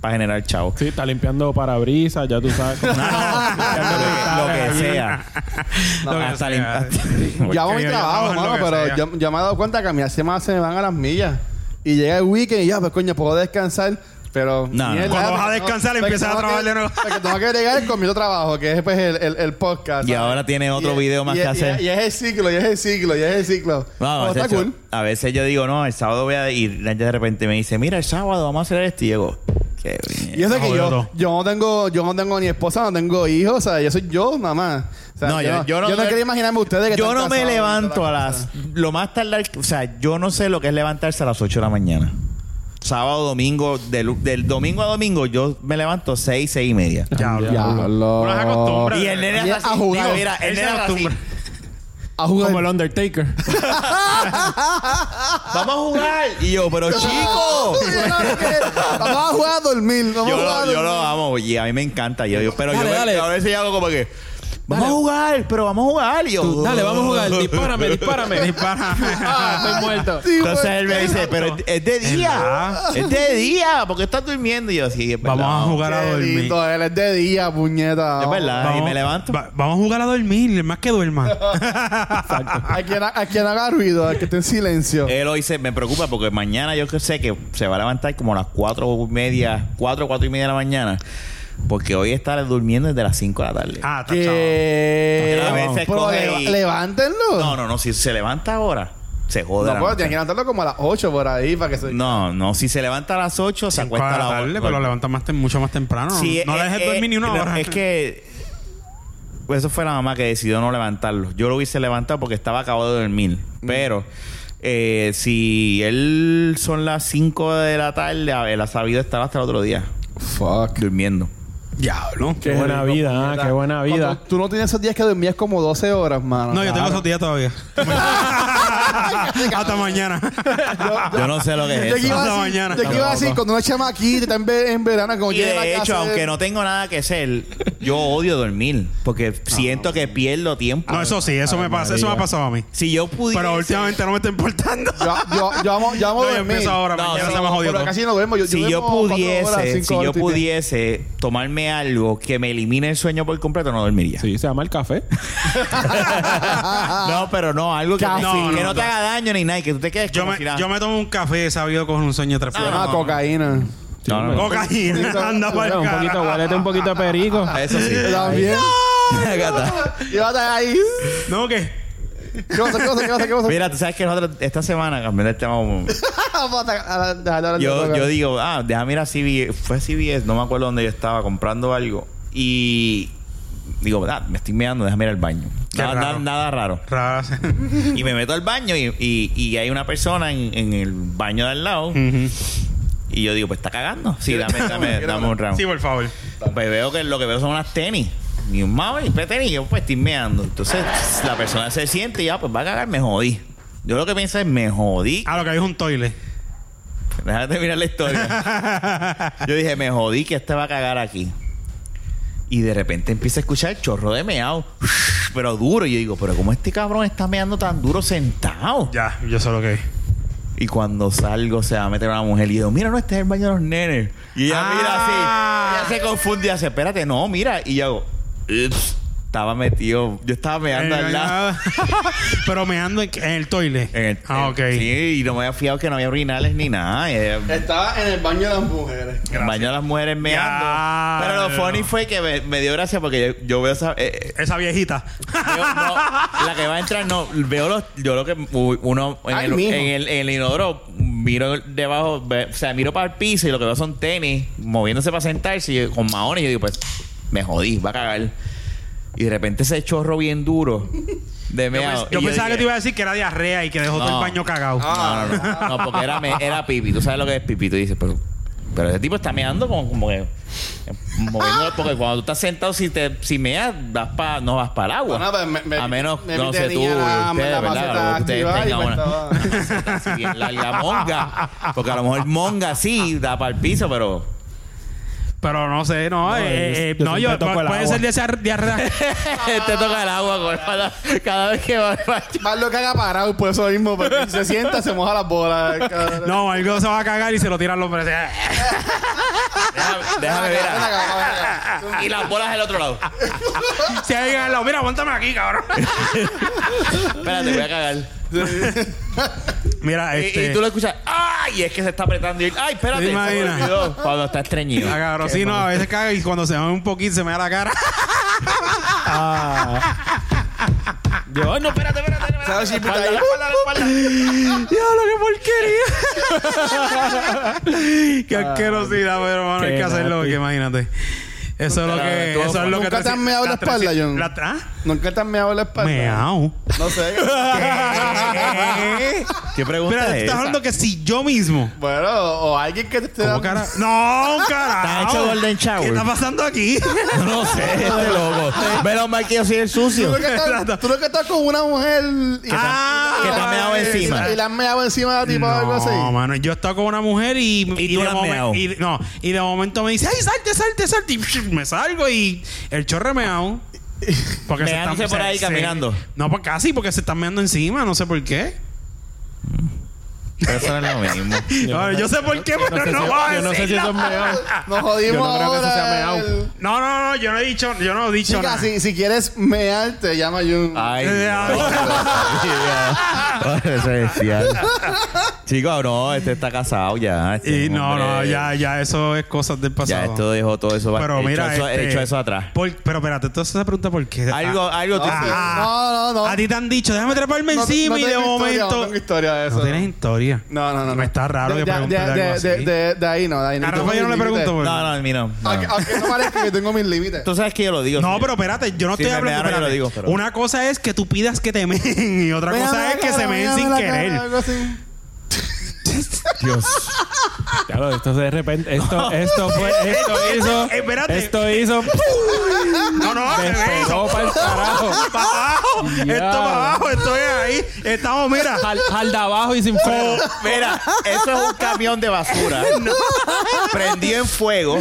B: para generar
C: [laughs]
B: chavo.
D: Sí, está limpiando parabrisas, ya tú [laughs] sabes. cómo- Limpiando
B: lo que, lo
D: cristales
B: que
D: ahí.
B: sea.
C: No,
B: Hasta
C: o sea,
B: limpiar- [laughs]
A: Yo hago mi
C: Porque
A: trabajo,
C: yo trabajo en lo
A: mano,
C: que
A: pero
C: sea.
A: yo, yo me he dado cuenta que a mí hace más se me van a las millas. Y llega el weekend y ya, pues coño, puedo descansar. Pero
B: No, no.
A: mierda,
C: Cuando vas a
A: porque
C: descansar,
A: porque
C: empiezas a
A: tengo
C: trabajar
A: que-
C: de nuevo.
A: Porque tengo que bregar con mi otro trabajo, que es pues, el, el, el podcast.
B: Y
A: ¿sabes?
B: ahora tiene otro
A: Y-
B: video más
A: y-
B: que
A: y-
B: hacer.
A: Y, es el ciclo, y es el ciclo, y es el ciclo.
B: No,
A: Pero
B: a,
A: Oh, está
B: veces,
A: cool.
B: yo, a veces yo digo, no, el sábado voy a ir. Ella de repente me dice, mira, el sábado vamos a hacer esto. Y yo, qué bien.
A: Y eso
C: No,
A: que
C: yo
A: yo,
C: no.
A: yo no tengo, yo no tengo ni esposa, no tengo hijos, o sea, yo soy yo, mamá. O sea,
B: No, yo- yo no-
A: yo no quería imaginarme ustedes que
B: Yo
A: están
B: no
A: casados
B: me
A: y toda la
B: levanto a
A: cosa.
B: las... Lo más tardar... O sea, yo no sé lo que es levantarse a las 8 de la mañana. Sábado, domingo, del, del domingo a domingo yo me levanto 6, 6 y media.
C: Ya, hablo.
A: Diablo.
C: Uno se acostumbra.
B: Y el nene
A: Y
B: es así.
A: a jugar.
B: Digo, mira, el
C: Él se
B: nene es así.
C: acostumbra.
A: A jugar.
D: Como el Undertaker.
B: Vamos a jugar. Y
A: [laughs]
B: yo, pero chico.
D: [laughs]
A: Vamos a jugar a dormir. Vamos
B: Yo
A: a jugar a
B: lo, yo
A: dormir.
B: lo amo y a mí me encanta. Yo, yo- pero
D: Dale,
B: yo me-
D: dale.
B: a veces yo hago como que... Vamos
D: Dale.
B: a jugar, pero vamos a jugar. Y yo,
D: Tú, dale, vamos a jugar. Dispárame, dispárame. [laughs] Ah, estoy muerto.
A: Sí,
B: [laughs]
A: pues,
B: Entonces
A: güey.
B: él me dice, pero es- es de día.
C: verdad.
B: Es de día, porque estás durmiendo. Y yo, sí, es verdad.
C: Vamos a jugar a
A: Qué
C: dormir.
A: lindo, él es de día, puñeta.
B: Es verdad.
C: Vamos-
B: y me levanto.
C: va- vamos a jugar a dormir, más
B: [laughs]
C: que duerma.
A: A quien, a quien haga ruido, al que esté en silencio.
B: Él hoy se me preocupa porque mañana yo que sé que se va a levantar como a las cuatro y media, cuatro, cuatro y media de la mañana. Porque hoy está durmiendo desde las cinco de la tarde.
C: ah, está chavo.
A: que
B: A veces
A: Pero
B: coge
A: leva-
B: y-
A: levántenlo.
B: No, no, no. Si se levanta ahora, se jode.
A: No,
B: la
A: pues,
B: noche.
A: tienen que levantarlo como a las 8 por ahí para que se.
B: No, no. Si se levanta a las ocho, se
C: Para
B: acuesta a
C: la
B: las
C: tarde,
B: ocho.
C: pero lo levantas más tem- mucho más temprano.
B: Sí,
C: no
B: eh,
C: le dejes
B: eh,
C: dormir ni una
B: no,
C: hora.
B: Es que pues eso fue la mamá que decidió no levantarlo. Yo lo hubiese levantado porque estaba acabado de dormir.
A: Mm.
B: Pero eh, si él son las 5 de la tarde, a- él ha sabido estar hasta el otro día
A: Fuck.
B: durmiendo.
C: [laughs] Diablo.
D: Qué buena vida, ah, qué buena vida.
A: Cuando Tú no tienes esos días que dormías como 12 horas, mano.
C: No, yo tengo esos
B: [laughs]
C: días todavía. Hasta mañana.
B: [laughs] Yo no sé lo que
A: [laughs] Yo
B: es
A: que
B: eso.
A: iba a decir,
C: Hasta mañana.
A: yo que iba a decir, cuando una chama aquí está en, ve- en verano, como
B: Y
A: llega a la
B: de
A: casa,
B: hecho, aunque no tengo nada que hacer, yo odio dormir porque
A: Ah,
B: siento que pierdo tiempo.
C: No, eso sí, eso me pasa. Eso me ha pasado a mí.
B: Si yo pudiera...
C: Pero últimamente no me está importando.
A: Yo, yo, yo amo, yo amo
C: No, yo
A: dormir.
C: empiezo ahora,
B: No,
C: mañana
B: sí,
C: se me jodió
A: Pero
C: todo.
A: casi no duermo. Yo,
B: si yo
A: duermo cuatro
B: pudiese,
A: horas, cinco
B: si yo
A: horas y media.
B: pudiese tomarme algo que me elimine el sueño por completo, no dormiría.
D: Sí, se llama el café.
B: [laughs] no, pero no, algo que,
A: Casi.
B: no, que no,
C: No, no,
B: te haga daño ni nada, y que tú te quedes
C: Yo
B: como
C: me,
B: si nada.
C: yo me tomo un café sabido con un sueño tres
A: Ah, cocaína.
B: No, no, no.
C: Cocaína. Anda para
D: Bueno, un poquito, huélete un poquito de [laughs] perico.
B: Ah, [laughs]
C: [laughs]
B: Eso sí.
A: También.
B: Ahí. Gata.
A: Y va a estar ahí.
C: ¿No qué?
A: ¿Qué pasa? ¿Qué pasa? ¿Qué pasa? ¿Qué pasa?
B: Mira, tú sabes que nosotros esta semana cambiando el tema. un-
A: [laughs] Vamos a- a- a- a- a-
B: Yo,
A: a-
B: yo digo, ah, déjame ir a CBS. Fue CBS, no me acuerdo dónde yo estaba comprando algo. Y digo, ah, me estoy mirando, déjame ir al baño.
C: Qué
B: Nada, nada-
C: raro.
B: nada raro.
C: Raro. sí.
B: Y me meto al baño y, y- y hay una persona en, en el baño de al lado.
C: Mm.
B: Y yo digo, pues está cagando. Sí, dame, dame, dame un round.
C: Sí, por favor.
B: Pues veo que lo que veo son unas tenis. Y un mami, pues tenis, yo pues estoy meando. Entonces la persona se siente y ya, pues va a cagar, me jodí. Yo lo que pienso es, me jodí.
C: Ah, lo que hay es un toile.
B: Déjame terminar la
C: [laughs]
B: historia. yo dije, me jodí que este va a cagar aquí. Y de repente empieza a escuchar el chorro de meao, pero duro. Y yo digo, pero ¿cómo este cabrón está meando tan duro sentado?
C: Ya, yo sé lo que hay.
B: Y cuando salgo se va a meter una mujer y digo, mira, no, este es el baño de los nenes. Y ella
C: Ah.
B: mira así, ella se confunde y hace, espérate, no, mira. Y yo hago, "Ups". estaba metido, yo estaba meando
C: Eh, no hay
B: al lado.
C: nada. [laughs] Pero me ando en, en el toile.
B: En el-
C: ah, ok.
B: Sí, y no me había fijado que no había urinales ni nada. Y ella-
A: Estaba en el baño de las mujeres.
B: el baño de las mujeres meando.
C: Ya,
B: Pero lo
C: no.
B: funny fue que me, me dio gracia porque yo, yo veo esa. eh, eh,
C: Esa viejita.
B: veo- no, la que va a entrar, no. Veo los. Yo lo que. u- Uno. En,
A: Ay,
B: el,
A: mijo.
B: en, el, en el inodoro, miro debajo. ve- o sea, miro para el piso y lo que veo son tenis moviéndose para sentarse y yo- con maones. Y yo digo, pues, me jodí, va a cagar. Y de repente ese chorro bien duro de
C: Yo,
B: meado.
C: pens- yo
B: Ah, Y
C: pensaba que
B: dije,
C: te iba a decir que era diarrea y que dejó todo
B: No. Ah.
C: el baño cagado.
B: no,
A: Ah,
B: no, no, no, porque era, me- era pipi. Tú sabes lo que es pipi. Tú dices, pero, pero ese tipo está meando como, como que. moviendo- porque cuando tú estás sentado, si, te, si meas, vas pa, no vas para el agua.
A: Bueno, pues, me- me-
B: a menos,
A: me
B: no
A: vi
B: sé tú,
A: tenía la-
B: ustedes,
A: la
B: ¿verdad?
A: maceta
B: Ustedes
A: activada y
B: tengan
A: pues
B: una, [laughs]
A: estaba-
B: una maceta así bien larga, monga. Porque a lo mejor monga sí da para el piso, pero. [laughs]
C: Pero no sé, no. eh, eh,
D: yo
C: no,
D: siempre
C: yo,
D: toco
C: pu-
D: el
C: puede
D: agua.
C: ser de
B: [laughs]
C: esa diarrea.
B: te toca el agua con- cada, cada vez que vas al baño.
A: Más lo que haga parado y por eso mismo, porque si se sienta, se moja las bolas. cabrón.
C: no, algo se va a cagar y se lo tiran los hombres. [laughs]
B: Déjame, déjame ver. a- Y las bolas del otro lado.
C: Si hay alguien al lado, mira, aguántame aquí,
B: [laughs]
C: cabrón.
B: Espérate, voy a cagar.
C: mira,
B: Y-
C: este.
B: Y, tú lo escuchas, ¡ay! Es que se está apretando. Y, ¡ay, espérate!
C: ¿Te
B: se me
C: imaginas?
B: olvidó. [laughs] Cuando está estreñido.
C: Ah,
B: [laughs]
C: cabrón, sí, no, a veces caga y cuando se va un poquito se me da la cara.
D: Yo, no, espérate, espérate.
A: ¿Sabes si puta
B: Espalda, la espalda, la espalda.
C: Diablo, qué porquería. [laughs] Ah, qué asquerosidad, pero hermano, hay
D: qué
C: que hacerlo,
D: nati.
C: que imagínate. Eso es lo
B: Nunca la
C: que.
B: ves, tú,
C: Eso es lo
A: Nunca
C: que
A: te han meado la
C: las
A: espalda,
C: 300
A: John.
C: la- ¿Ah?
A: Nunca te han meado la espalda.
C: Meao.
A: No sé.
C: [laughs] ¿Qué?
B: [laughs] ¿Qué pregunta
C: Espérate, tú
B: es
C: estás
B: esa?
C: hablando que si yo mismo.
A: bueno, o o alguien que te esté
C: ¿Cómo
A: dando.
C: cara? No, carajo.
B: ¿Estás hecho Golden Shower?
C: ¿Qué está pasando aquí?
B: No lo sé, este loco. Menos mal que yo soy el
A: Tú
B: sucio.
A: lo
C: [laughs]
A: que estás- tú lo que estás con una mujer y,
C: [laughs] Ah,
B: que te ha meado
A: y-
B: encima.
A: Y la has meado encima de ti o algo así.
C: No, mano, yo estaba con una mujer y,
B: Y tú
C: de
B: la has
C: momen-
B: meado.
C: y de- no, y de momento me dice, "Ay, salte, salte, salte." Y me salgo y el chorre meao. Porque
B: Meándose por ahí caminando.
C: no, pues casi porque se están meando encima, no sé por qué.
B: Pero eso no es lo mismo.
C: A ver, yo sé por qué, pero no, voy a
D: yo no sé si
C: decirlo.
D: eso es meado.
A: Nos jodimos
D: Yo no creo que eso
A: ahora
D: sea meao.
A: el-
C: No, no, no, yo no he dicho, yo no he dicho
A: Chica,
C: nada.
A: si, si quieres mearte, llama a Jun.
B: Ay,
C: Eh, ah.
B: [laughs] Dios. Eso es cierto. Chicos, no, este está casado ya. este
C: Y
B: es un
C: no, no,
B: hombre-
C: ya, ya eso es cosas del
B: Ya
C: pasado.
B: esto dejó todo eso.
C: pero
B: hecho
C: mira,
B: eso,
C: este,
B: hecho eso atrás.
C: por- pero espérate, entonces se pregunta por qué.
B: Algo, algo.
A: no,
B: tú-
A: sí.
C: Ah.
A: no, no, no.
C: A ti te han dicho, déjame treparme
A: No te-
C: encima
A: no
C: y de
A: tengo historia,
C: momento.
A: No tengo historia de eso.
C: No tienes historia.
A: No, no, no. no.
C: Me está raro
A: de,
C: que
A: de,
C: preguntes
A: de,
C: algo
A: de,
C: así.
A: de- de ahí no, de ahí no.
C: A
A: Yo tengo
C: Rafa yo no le
A: mis límites.
C: pregunto por
B: No, no, mira. no.
A: Aunque, aunque no parezca que tengo mis límites.
B: Tú sabes que yo lo digo.
C: No,
B: señor.
C: pero espérate, yo no
B: Sí,
C: estoy
B: me
C: hablando.
B: mearon, yo lo
C: espérate.
B: digo, pero-
C: Una cosa es que tú pidas que te meen y otra
A: Mira,
C: cosa
A: mira
C: es que
A: la
C: se
A: cara,
C: meen
A: mira,
C: sin
A: mira la cara,
C: querer.
A: algo [laughs] así.
B: Dios.
D: Claro, esto de repente, esto, esto fue, [laughs] esto hizo,
C: Eh, espérate.
D: esto [laughs] hizo,
C: No, no, se ve eso.
D: despegó para el carajo,
C: Para
D: ¡Ah!
C: abajo,
D: [laughs] Ya.
C: esto para abajo, esto es ahí. Estamos, mira.
D: [laughs] Jal- jalda abajo y sin freno.
B: Mira, eso es un camión de
C: [laughs]
B: basura. Prendido en fuego,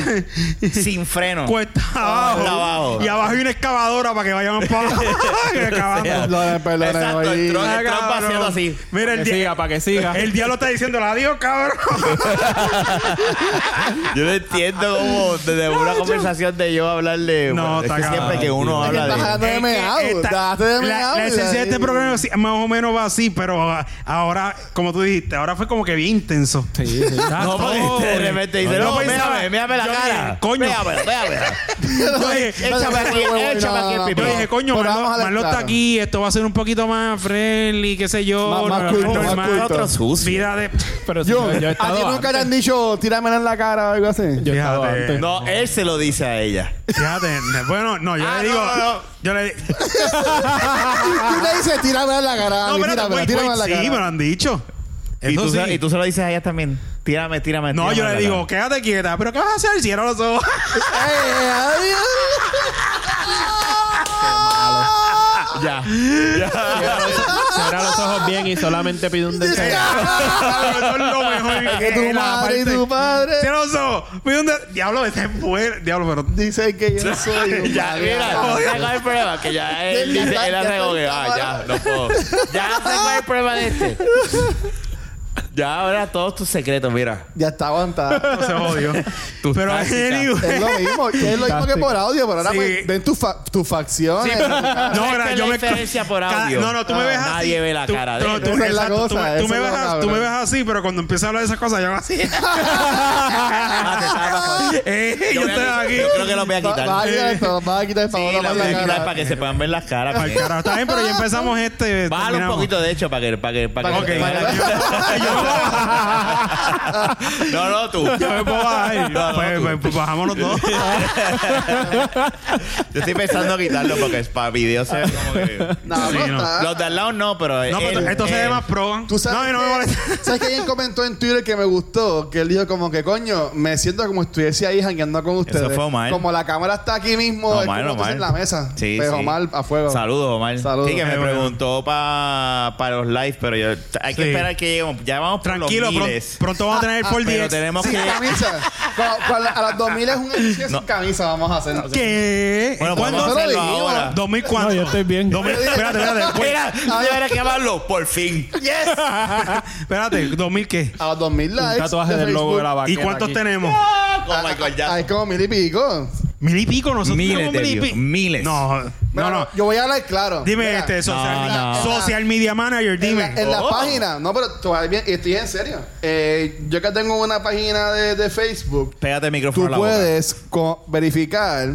B: sin freno.
C: Cuesta abajo.
B: Cuesta abajo.
C: Y abajo hay una excavadora para que vayan para
B: [laughs]
C: abajo. [laughs] Excavando.
A: Perdónenme, perdónenme,
B: Exacto, el
A: oye.
B: tron-
C: Ah,
B: el tron
C: cabrón.
B: vaciando así.
C: Mira,
D: Que
C: el, día
D: siga, para que siga.
C: el diablo está diciendo adiós,
B: [laughs]
C: cabrón.
B: Yo no entiendo cómo
C: [laughs]
B: desde una conversación de yo hablarle.
C: No,
B: es
C: está
B: que
C: cabrón.
B: siempre que uno
A: Es que
B: habla
A: estás hablando
B: de.
A: de
C: Es que
A: meao.
C: esta-
A: Dejaste de me
C: la, la
A: habla.
C: esencia de este programa sí, más o menos va así, pero ah, ahora, como tú dijiste, ahora fue como que bien intenso.
D: Sí, sí.
B: No, porque de repente dice,
C: Yo
B: no,
C: pensaba-
B: mírame, mírame la
C: yo
B: cara.
C: dije, coño.
B: Mírame, mírame.
C: Yo dije,
B: Échame aquí,
A: No, no, no,
B: échame
A: no,
B: aquí el
A: no,
B: pipí.
C: yo
A: no.
C: dije, coño,
A: Pero
C: Marlo,
A: vamos a dejar
C: Marlo está
A: claro.
C: aquí, esto va a ser un poquito más friendly, qué sé yo.
A: Más- más
C: no-
A: culto, más
C: normal.
A: culto.
B: Otro sucio.
C: Vida de...
D: Pero sí,
A: Yo,
D: yo, yo he
A: a
D: estado
A: ti nunca te
D: antes.
A: han dicho tíramela en la cara o algo así.
D: Yo he estado
C: Fíjate.
D: antes.
B: No, él se lo dice a ella.
C: Fíjate, bueno, no, yo
B: Ah,
C: le
B: no,
C: digo...
B: no, no.
C: Yo le
A: Ah, Tú le dices tíramela en la cara.
C: No,
A: Ani,
C: espérate,
A: tíramela,
C: wait,
A: tíramela en
C: wait,
A: la
C: sí, me lo
A: cara.
C: han dicho.
B: Y
C: Eso
B: tú,
C: sí.
B: se, y tú se lo dices a ella también. Tírame, tírame.
C: No,
B: tírame
C: yo
B: la
C: le
B: cara.
C: digo, quédate quieta, pero ¿qué vas a hacer? Cierra
A: [laughs]
C: los ojos.
A: Ey, ey, ay,
B: Ya.
D: Cierra los ojos bien y solamente pide [laughs] un deseo.
C: Eso es lo mejor. [laughs]
A: Que tu
C: la
A: madre y
C: parte-
A: tu padre
C: Cierra los ojos. Mira dónde- Diablo, este es bueno. Diablo, pero. [laughs]
A: dicen que yo soy un
B: [laughs] Ya, mira,
A: vagabundo.
B: tengo el problema que ya él
A: Ya
B: dice,
A: está,
B: él
A: ya
B: hace
A: está
B: como
A: en
B: que, ah,
A: cámara.
B: ya, no
C: [laughs]
B: puedo. Ya tengo el problema de este. Ya ahora todos tus secretos, mira.
A: Ya está aguantado.
C: No se jodió.
B: Tus
C: Pero
B: tácticas.
C: anyway.
A: Es lo mismo, es lo mismo que por audio, pero ahora
C: Sí.
A: pues, ven tus fa- tus facciones.
B: Sí, pero-
A: tu cara.
B: ¿Sabes
C: [laughs] No,
B: cuál
C: gra-
B: es
C: yo
B: la
C: me [laughs]
B: diferencia por
C: cada-
B: audio?
C: No, no, tú me ves así.
B: Nadie ve la
C: Tú-
B: cara de
C: tú-
B: él.
A: Esa
C: tú-
A: es la
C: exacto, tú-
A: cosa,
C: Tú
A: esa
C: me
A: es
C: ves
A: la
C: a- tú me
A: cabrón.
C: ves así, pero cuando empieza a hablar de esas cosas, yo hago así.
B: Ah, te estaba bajo-
C: [laughs] Eh, Yo
B: voy a
C: estoy
B: quitar-
C: aquí.
B: yo creo que
C: [laughs]
B: los voy a
A: Va-
B: quitar.
A: va a quitar esto, va a quitar el
B: Sí,
A: favor
B: los
A: para
B: voy a
A: la
B: quitar
A: cara.
B: para que se puedan ver las caras.
C: Ay,
B: también.
C: carajo, está bien, pero ya empezamos este.
B: Bájalo un
C: terminamos.
B: poquito, de hecho, para que... Para que, para que
A: Ok,
B: te
C: [laughs]
B: vean
A: vale.
B: la- no, no, tú.
C: Yo me puedo bajar.
B: [laughs] No, no,
C: Pues-
B: tú.
C: pues- pues bajámonos
B: [laughs]
C: todos.
B: Yo estoy pensando quitarlo porque es para video se ve como
C: [laughs]
B: que...
A: No,
C: Sí,
A: no
C: no.
A: está.
B: Los de al lado no, pero...
C: No, pero
B: él-
C: esto se ve
B: él-
C: más pro.
A: ¿Tú sabes,
C: no, y no me
A: que,
B: [laughs]
C: molesta.
A: [laughs] ¿Sabes que alguien comentó en Twitter que me gustó? Que él dijo como que, coño, me siento como si estuviese ahí jangueando con ustedes.
B: fue Omar.
A: Como la cámara está aquí mismo, es
B: Omar,
A: como tú
B: Omar.
A: en la mesa.
B: Sí,
A: Pero
B: sí.
A: Omar, a fuego.
B: Saludos, Omar.
A: Saludos.
B: Sí, que me
C: Eh, bueno.
B: preguntó para los live, pero yo, hay que
C: Sí.
B: esperar que lleguemos. Ya vamos por los
C: Tranquilo, pronto,
B: miles. Ah,
C: pronto vamos a tener el por
B: pero
C: 10.
B: tenemos
A: Sin
B: que...
A: camisa. Cuando- cuando- a los 2000 es un ejercicio
B: No.
A: sin camisa, vamos a hacer.
C: ¿Qué?
B: Bueno,
C: ¿Cuándo?
A: se
B: vamos a
A: lo
B: hacerlo
A: dijimos?
B: ahora.
C: 2000 cuánto?
D: No, yo estoy bien.
C: 2000, espérate,
B: [laughs]
C: espérate. pues,
B: Mira, yo era que hablarlo. Por fin.
C: [laughs]
A: Yes.
C: espérate, 2000 qué?
A: A los 2000 likes.
D: Un tatuaje
A: de
D: del logo
A: Facebook.
D: de la vaca.
C: ¿Y cuántos tenemos?
B: Oh my God, ya.
A: Ah, es como mil y pico.
C: Mil y pico nosotros
B: Miles
C: tenemos
B: de
C: mil y
B: views,
C: pico.
B: miles.
C: No, no,
A: Bueno,
C: no.
A: Yo voy a hablar claro.
C: Dime
A: Mira,
C: este social,
B: No, no.
C: social media manager,
A: En
C: dime.
A: la, en la
B: Oh.
A: página, no, pero todavía estoy en serio. Eh, yo que tengo una página de, de Facebook,
B: Pégate el micrófono
A: tú
B: a la
A: puedes co- verificar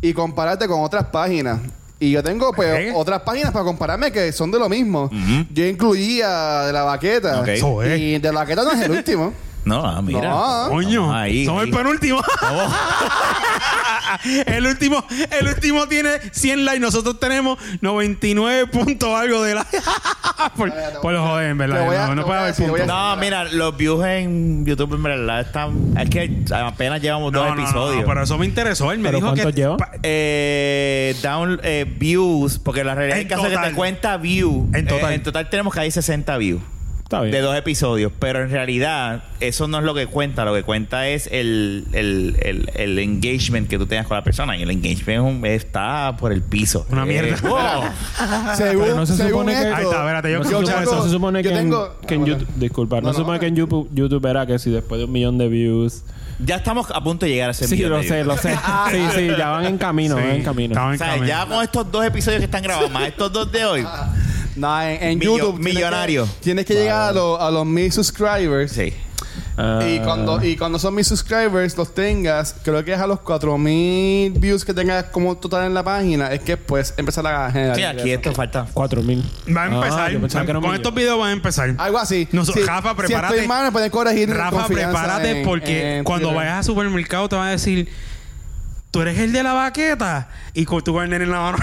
A: y compararte con otras páginas. Y yo tengo pues
C: ¿Eh?
A: otras páginas para compararme que son de lo mismo. Yo incluía de la vaqueta.
B: Ok.
C: Eso es.
A: Y de la vaqueta no es el último.
B: boca. No, ah, mira.
A: No.
C: Coño,
B: Estamos ahí,
C: somos
B: ahí.
C: el penúltimo. [laughs] el último, el último tiene 100 likes, nosotros tenemos 99 puntos algo de likes. [laughs] por, por los joder, en
A: Te
C: verdad.
A: voy a-
C: no, no
A: te
C: puede
A: voy a
C: haber
A: decir, voy a
C: puntos.
B: No, mira, los views en YouTube en verdad están. Es que apenas llevamos dos episodios.
C: pero eso me interesó. Él me
D: ¿Pero
C: dijo que.
D: cuántos llevan?
C: pa-
B: Eh, down eh, views, porque la realidad
C: En
B: es que hace que
C: total.
B: te cuenta view.
C: En
B: eh,
C: total.
B: en total tenemos que hay 60 views
D: Está Ah, bien.
B: de dos episodios, pero en realidad eso no es lo que cuenta, lo que cuenta es el, el, el, el engagement que tú tengas con la persona y el engagement es un- está por el piso.
C: Una
B: Eh,
C: mierda.
B: wow.
A: Según,
D: no se
A: según
D: supone que-
A: esto,
C: Ahí está, espérate, yo escucho
A: tengo-
C: eso.
D: se supone
A: yo
D: que, en-
A: tengo-
D: que en,
A: Ah, bueno.
D: YouTube, disculpa, no,
A: No,
D: se
A: no,
D: supone
A: no.
D: que en YouTube, YouTube verá que si después de un millón de views.
B: Ya estamos a punto de llegar a ese
D: Sí,
B: millón
D: lo
B: de
D: sé,
B: views.
D: lo sé. Sí, sí, ya van en camino,
C: Sí,
D: van en camino.
C: estaba
B: O
C: en
B: sea,
C: camino.
B: ya con estos dos episodios que están grabados, más estos dos de hoy.
A: No, en, en
B: Millo-
A: YouTube. tienes
B: millonario.
A: que- Tienes que, llegar a, los- a los mil subscribers.
B: Sí.
D: Ah,
A: Y cuando, y cuando son mis subscribers, los tengas, creo que es a los 4000 views que tengas como total en la página, es que pues empezar a generar.
B: Sí, aquí
A: ingresos.
B: esto falta.
D: 4000.
C: Va a empezar.
D: Ah, yo pensaba que era un
C: con
D: millón.
C: estos videos va a empezar.
A: Algo así.
C: No, so-
A: Sí,
C: Rafa, prepárate.
A: Si estoy mal, me pueden corregir. en
C: Rafa,
A: confianza
C: prepárate
A: en-
C: porque
A: en
C: cuando
A: Twitter.
C: vayas al supermercado te van a decir. Tú eres el de la baqueta y con tu nene en la mano.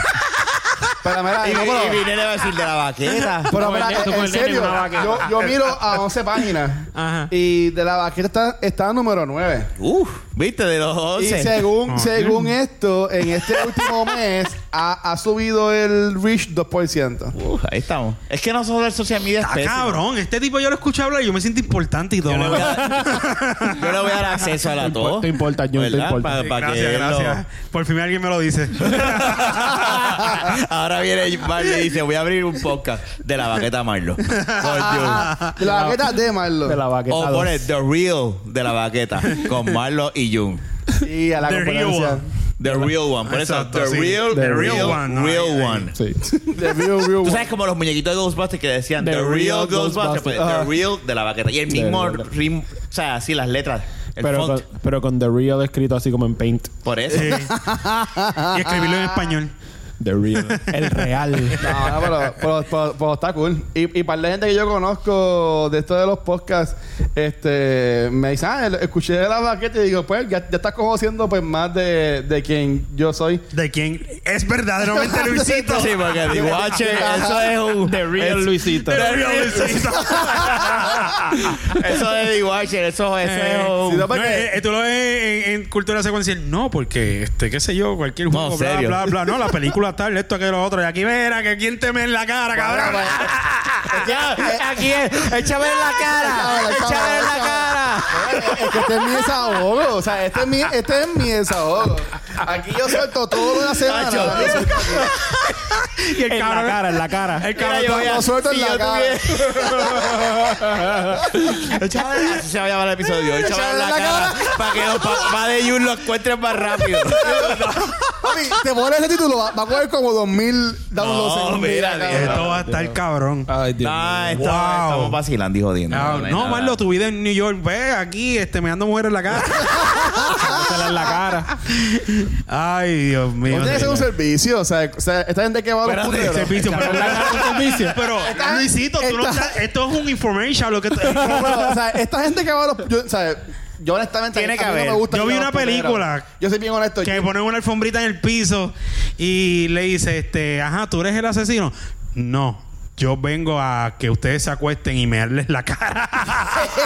A: Pero mira,
B: [laughs] Y,
A: no,
B: y
A: pero,
B: Vinele va a decir de la vaquera.
A: pero
D: Tú
A: mira,
D: con el- tú con
A: en
D: el nene y
A: serio,
D: una vaqueta.
A: yo, yo miro a 11 páginas.
C: Ajá.
A: Y de la vaqueta está, está número 9.
B: Uf, viste, de los
A: Y
B: 11.
A: según,
C: Oh,
A: según esto, en este último mes ha, ha subido el reach 2%.
B: Uf, ahí estamos. Es que nosotros el social media es
C: Ah,
B: pésimo.
C: cabrón, este tipo yo lo escucho hablar y yo me siento importante y todo.
B: Yo le voy
C: [laughs]
B: a dar, [laughs] yo le voy a dar acceso a la
D: Te impo-
B: tos.
D: te importa, Jun, te importa.
B: Para,
C: gracias,
B: que él lo-
C: gracias. Por fin alguien me
A: [laughs]
C: lo dice. [laughs]
B: [laughs] Ahora viene Marlo y dice, voy a abrir un podcast de la vaqueta
C: [laughs]
B: Marlo. Por Jun.
A: De Ah, la vaqueta de Marlo.
D: De la vaqueta.
B: O
D: dos.
B: pone The Real de la vaqueta con Marlo y Jun.
A: Y a la
C: The real
A: competencia.
C: one.
B: The real one. Por eso,
C: Exacto,
B: the
C: sí.
B: real,
C: The
B: real,
C: real
B: one.
C: one. Ay,
B: Real
C: ay.
B: one.
D: Sí.
A: The real, real
B: Tú
A: one.
B: sabes como los muñequitos de Ghostbusters que decían The,
D: The
B: real
D: real
B: Ghostbusters, pues,
A: Ajá.
B: The real de la vaqueta. Y el
D: The
B: mismo
D: real.
B: rim, o sea, así las letras, el
D: Pero
B: font.
D: con, pero con The Real escrito así como en Paint.
B: Por eso.
C: Sí. y escribirlo en español.
D: The Real. El real.
A: No, pero, pero- pero- pero está cool. Y, y para la gente que yo conozco de esto de los podcasts, este, me dicen, ah, el- escuché la baqueta y digo, pues, ya, ya estás conociendo pues más de, de quien yo soy.
C: De quien es
B: [laughs]
C: verdaderamente
B: [laughs]
C: Luisito.
B: Sí, porque The Watcher, eso es un...
D: The Real
B: es-
D: Luisito.
B: The real
C: [laughs]
B: Luisito. eso es The Watcher, eso, eso es un...
A: si no-
C: No, eh, eh, tú lo ves en, en cultura secuencial. No, porque, este, qué sé yo, cualquier juego,
B: No,
C: bla,
B: serio.
C: bla, bla. No, la película tal, esto, que lo otro. Y aquí verá que quién teme en la cara, cabrón.
B: Ya, aquí es. Échame en la cara. Échame en la cara.
A: Es que este es mi desahogo. O sea, este es mi, este es mi desahogo. Aquí yo suelto todo de la semana.
B: Macho.
A: Lo suelto-
C: Y el
D: en la
C: cabrón.
D: cara, en la cara.
C: El
B: Mira,
C: cabrón.
B: yo voy a-
A: lo suelto en
B: si
A: la
B: yo
A: cara.
B: Échame en la- Así se va a llamar el episodio. Échame en la cara. Para que los papás de Jun lo encuentren más rápido.
A: Papi, te pones ese título, va, va a coger como 2000 downloads
B: No,
A: en un
B: mira,
A: día. cabrón.
C: Esto va a estar cabrón.
D: Ay, Dios
B: No, esto-
C: Wow.
B: estamos vacilando y jodiendo.
C: Ah,
B: hay
C: no,
B: nada.
C: Marlo, tu vida en New York, ve aquí, este, me ando mujeres
B: [laughs]
C: en la cara.
D: mío. en la cara.
C: Ay, Dios mío.
A: Tiene que ser un servicio. O sea, o sea, esta gente que va a los
B: Espérate,
A: puteros.
C: Servicio,
D: Echame en la
C: pero,
D: cara
C: [laughs]
D: un servicio.
C: pero Luisito, tú no
A: está-
C: estás- esto es un information. Lo
A: [laughs]
C: que
A: No, pero, o sea, esta gente que va a los. Yo, o sea, yo honestamente.
B: Tiene
A: a
B: que
A: mí no me
B: haber.
A: gusta
C: Yo
A: ir
C: vi
A: a los
C: una
A: puteros.
C: película
A: Yo soy bien honesto.
C: que
A: yo-
C: pone una alfombrita en el piso y le dice, este, ajá, tú eres el asesino. No, yo vengo a que ustedes se acuesten y me darles la cara.
A: [laughs]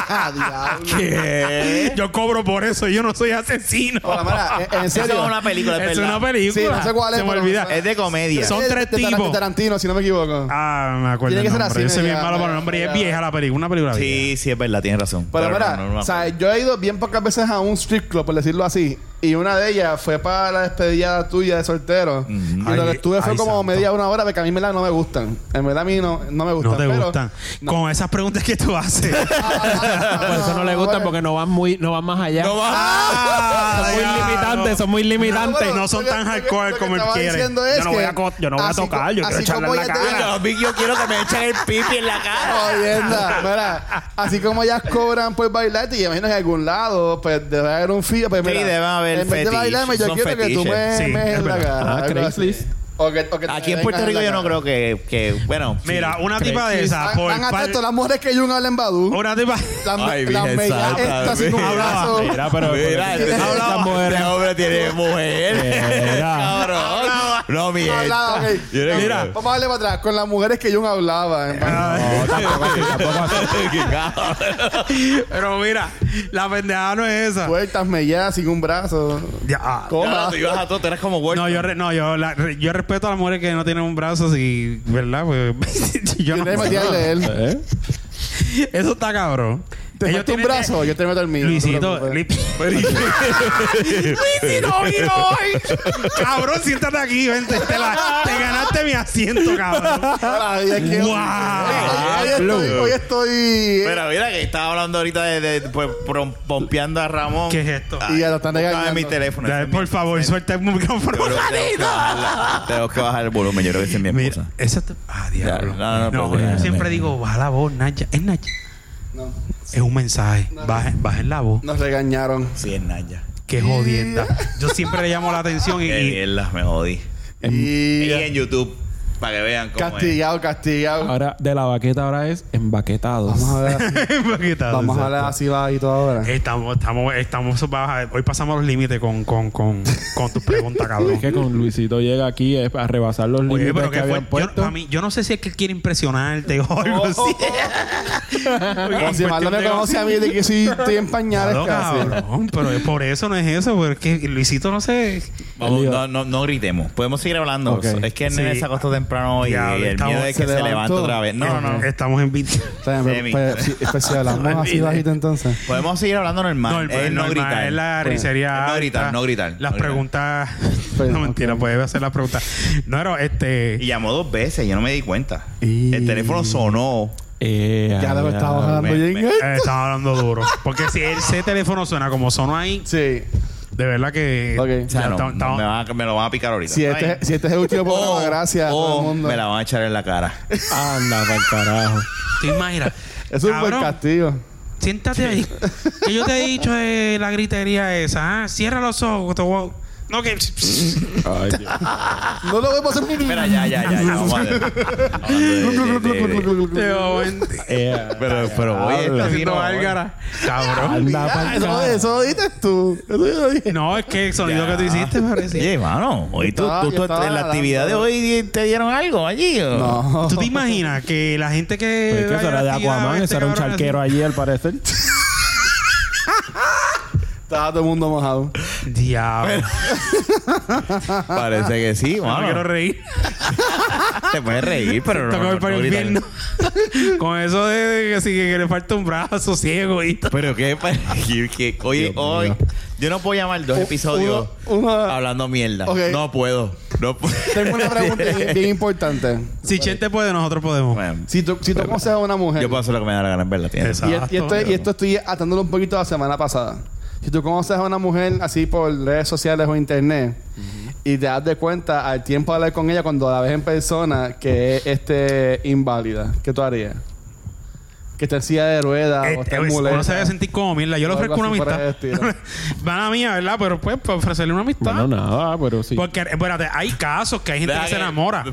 A: Ah, diablo.
B: ¿Qué?
C: [laughs] yo cobro por eso, yo no soy asesino.
A: Pero, mira, en- en
B: Eso es
A: serio.
B: una
C: [laughs]
B: película, es
C: es
B: verdad.
C: una película.
A: Sí, no sé cuál es,
C: Se me
A: pero-
C: olvida.
B: Es de comedia.
C: Son
A: Es de-
C: tres
A: de Tar-
C: tipos.
A: De Tarantino, si no me equivoco.
C: Ah, me acuerdo.
A: Tiene que
C: el
A: ser
C: nombre.
A: así,
C: Yo soy bien
A: ya,
C: malo para
A: ya,
C: el nombre. Y
A: ya.
C: es vieja la película, una película vieja.
B: Sí, sí, es verdad, tienes razón.
A: Oh, Pero mira,
B: no, no, no.
A: o sea, yo he ido bien pocas veces a un strip club, por decirlo así. Y una de ellas fue para la despedida tuya de soltero. Y lo
C: Ay,
A: que estuve fue
C: ay,
A: como
C: santo.
A: media una hora, porque a mí en verdad no me gustan. En verdad a mí no, no me gustan.
C: No te
A: pero- [laughs]
C: gustan. Con esas preguntas que tú haces.
A: Ah,
D: Por eso no le gustan porque no van muy, no van más allá.
B: No va.
A: Ah,
B: [laughs]
D: son muy
C: ya,
D: limitantes, son muy limitantes.
A: bueno,
C: no
A: lo
C: son
A: que-
C: tan
A: lo que-
C: hardcore
A: lo que
C: como él
A: estaba
C: quiere.
A: diciendo es
D: Yo no voy a
A: que
D: co- yo no voy a
A: así
D: tocar,
A: co-
D: yo quiero
A: así
D: echarle
A: como
D: en la
A: ella te
D: cara.
A: diga,
B: No, Vic, yo quiero que me echen el
A: [laughs]
B: pipi en la cara.
A: Jodienda. Mira, así como ellas cobran por bailar, y imagino que en algún lado, pues debe haber un fee. Pues,
B: Sí,
A: mira,
B: debe haber
A: En vez de
B: fetiche,
A: bailarme, yo
B: son
A: quiero que tú me
B: fetiches.
C: Sí,
A: me
C: es
A: en la
C: verdad.
A: cara.
D: Ah,
A: algo así.
D: Craigslist.
A: O que- o que te
B: Aquí en
A: vengas
B: Puerto Rico
A: la
B: yo no
A: cara.
B: creo que, que bueno.
C: Mira, una
D: Creo
C: tipa
D: que
C: de
D: sí.
C: esas. por
A: Van
C: par-
A: a todas las mujeres que Jun habla en Badu.
C: [laughs] Una tipa.
A: Las
B: Ay,
A: las
B: Virgen
A: mellas
B: Santa,
A: estas así como
B: Virgen.
A: abrazo.
D: Mira, pero.
B: Mira,
D: pero-
B: este
D: estas mujeres-
B: este hombre tiene mujer.
D: Mira.
B: Cabrón. No, mi
A: Hablaba, ok.
B: Mira.
A: Vamos a darle para atrás con las mujeres que Jun hablaba. en Badu.
D: No, tampoco así, tampoco
B: [laughs]
D: así.
C: Pero mira, la pendejada no es esa.
A: Vueltas, mellas, sin un brazo.
C: Ya, ah.
A: Coja.
B: Tú ibas a todo, tú eras como Word.
C: No, yo, re- no yo, la- re- yo respeto a las mujeres que no tienen un brazo, si, ¿verdad? Pues, [laughs] yo no-
A: Yo te metí a leer.
D: ¿Eh?
C: eso está cabrón.
A: Te
C: Ellos
A: meto un
C: tienen-
A: brazo, yo te meto el mío. no te
C: Luisito,
A: preocupes.
C: Luis- Luisito vino hoy. Cabrón, siéntate aquí, vente. Te, la- te ganaste mi asiento, cabrón.
A: Ay, es que-
C: ¡Wow!
A: Hoy estoy, hoy estoy-
B: Pero mira que estaba hablando ahorita de, de, pues, prom- pompeando a Ramón.
C: ¿Qué es esto?
A: y ya lo están
B: Estaba
A: regañando.
B: en mi teléfono.
C: Dale, por favor, suelta el micrófono.
B: Yo creo que tengo que bajarla. Tengo que bajar el volumen. Yo creo que esa es mi
C: [laughs] Mira,
B: esposa.
C: esa te- Ah, diablo.
B: Ya, no, no,
C: no,
B: pero
C: yo
B: bueno,
C: siempre
B: bueno.
C: digo, baja la voz, Naya. Es Naya.
A: No,
C: Es un mensaje. Bajen, bajen la voz.
A: nos regañaron.
B: Sí, es Naya.
C: Qué jodienda. Yo siempre le llamo la atención
B: [laughs]
C: y,
B: Qué
C: y-
B: mierda, me jodí. Y
A: Y
B: en YouTube, para que vean cómo es.
A: castigado, castigado.
D: Ahora, de la baqueta ahora es embaquetados.
A: Vamos a ver,
C: [laughs] Porque está-
A: vamos a ver así va y todo ahora.
C: Estamos, estamos, estamos baja- Hoy pasamos los límites con, con, con, con tus
A: [laughs]
C: preguntas, cabrón.
D: Es que con Luisito llega aquí es a rebasar los
C: Oye,
D: límites
C: pero
D: que
C: que fue.
D: habían
C: Yo,
D: puesto.
C: pa' mí, yo no sé si es que él quiere impresionarte o algo así.
A: Oh.
C: [laughs]
A: Como si Marlon me conoce a mí de que sí estoy en pañales
C: Claro,
A: casi.
C: cabrón, pero es por eso no es eso, porque Luisito no sé.
B: Vamos, no, no, no gritemos. Podemos seguir hablando.
D: Ok.
B: Es que el nene
C: Sí.
B: se acostó temprano y,
C: Diablo,
B: el
C: estamos- Este-
B: miedo es
A: se
B: que se, levanta
A: levantó.
B: otra vez. No, no, no.
C: Estamos en vídeo.
A: Está bien,
B: Semi.
A: pues, si- pues, si hablamos así bajito entonces.
B: Podemos seguir hablando normal.
C: No,
B: No,
C: el, el
B: no
C: normal,
B: gritar.
C: es la
A: Bueno,
C: risería.
B: no gritar,
C: alta.
B: no gritar, no
C: Las
B: gritar.
C: preguntas.
A: Pero,
C: no, mentira,
A: ok.
C: puedes hacer las preguntas. No, pero este.
B: Y llamó dos veces, yo no me di cuenta.
A: Y-
B: El teléfono sonó.
D: Eh,
A: Ya lo
D: ay,
A: estamos
D: ay.
A: hablando
B: me-
A: bien.
B: me-
A: ¿eh?
B: [laughs]
C: Eh, estaba hablando duro. Porque si ese teléfono suena como sonó ahí,
A: Sí.
C: De verdad que.
A: Ok.
B: O sea,
C: ya
B: no,
C: estamos-
B: no,
C: estamos-
B: me, van a- me lo van a picar ahorita.
A: Si este, si este es el último
B: O-
A: programa, gracias a todo el
B: o
A: mundo.
B: Oh, me la van a echar en la cara.
D: Anda, para carajo.
A: [laughs]
C: Te imaginas.
A: Es un buen
C: Cabrón,
A: castigo.
C: Siéntate ahí. Que yo te he dicho de la gritería esa. ah? Cierra los ojos. te voy a- No, que. [laughs]
D: Ay, Dios.
A: No lo vemos
B: Espera, ya, ya, ya. ya vamos a ver. Vamos a ver, de- de- de-
C: Te voy a-
D: [laughs] Eh,
B: Pero,
C: Ah,
B: pero, oye,
D: Habla.
B: este vino,
C: Cabrón.
D: Anda, para
A: Ah, Eso, eso lo dijiste tú. Eso yo lo dije.
C: [laughs] No, es que el sonido
B: Ya.
C: que tú hiciste parecía.
B: Oye, mano, hoy tú,
A: Estaba-
B: tú- tú-
A: yo estaba
B: en la actividad de
A: hablando.
B: hoy te dieron algo allí. ¿o?
A: No.
C: ¿Tú te imaginas que la gente que.
D: Pero es que eso era de
C: actividad,
D: Aquaman,
C: este
D: ese era un
C: cabrón así?
D: charquero allí al parecer.
A: Estaba todo el mundo mojado.
C: Diablo.
B: Parece que sí,
C: No
B: mano.
C: me quiero reír.
B: Te puedes reír, pero no.
C: Tengo que ir
B: no
C: para el
B: gritar.
C: infierno. [laughs] Con eso de, de que, sí, que le falta un brazo ciego y todo.
B: Pero qué, pa- [laughs] que hoy, hoy. Yo no puedo llamar dos episodios
A: uno- una-
B: hablando mierda.
A: Ok.
B: No puedo. No puedo.
A: Tengo
B: [laughs]
A: una pregunta [laughs] bien, bien importante.
C: Si Chente puede, nosotros podemos.
B: Bueno,
A: Si tú, si tú conoces a una mujer,
B: yo puedo hacer lo que me da la gana, en verdad. tienes.
A: y, y esto, y esto estoy atándolo un poquito a la semana pasada. Si tú conoces a una mujer así por redes sociales o internet y te das de cuenta al tiempo de hablar con ella cuando la ves en persona que es este, inválida, ¿qué tú harías? Que está en silla de ruedas o
C: Eh,
A: está
C: eh,
A: en
C: uno se debe
A: muleta.
C: sentir como mierda. Yo le
A: O algo
C: ofrezco una
A: así por
C: amistad.
A: el estilo.
C: [laughs] Van a mía, ¿verdad? Pero pues, para ofrecerle una amistad.
D: Bueno, nada, pero sí.
C: Porque, espérate, hay casos que hay gente
B: Deja
C: que se
B: que- [laughs]
C: enamora.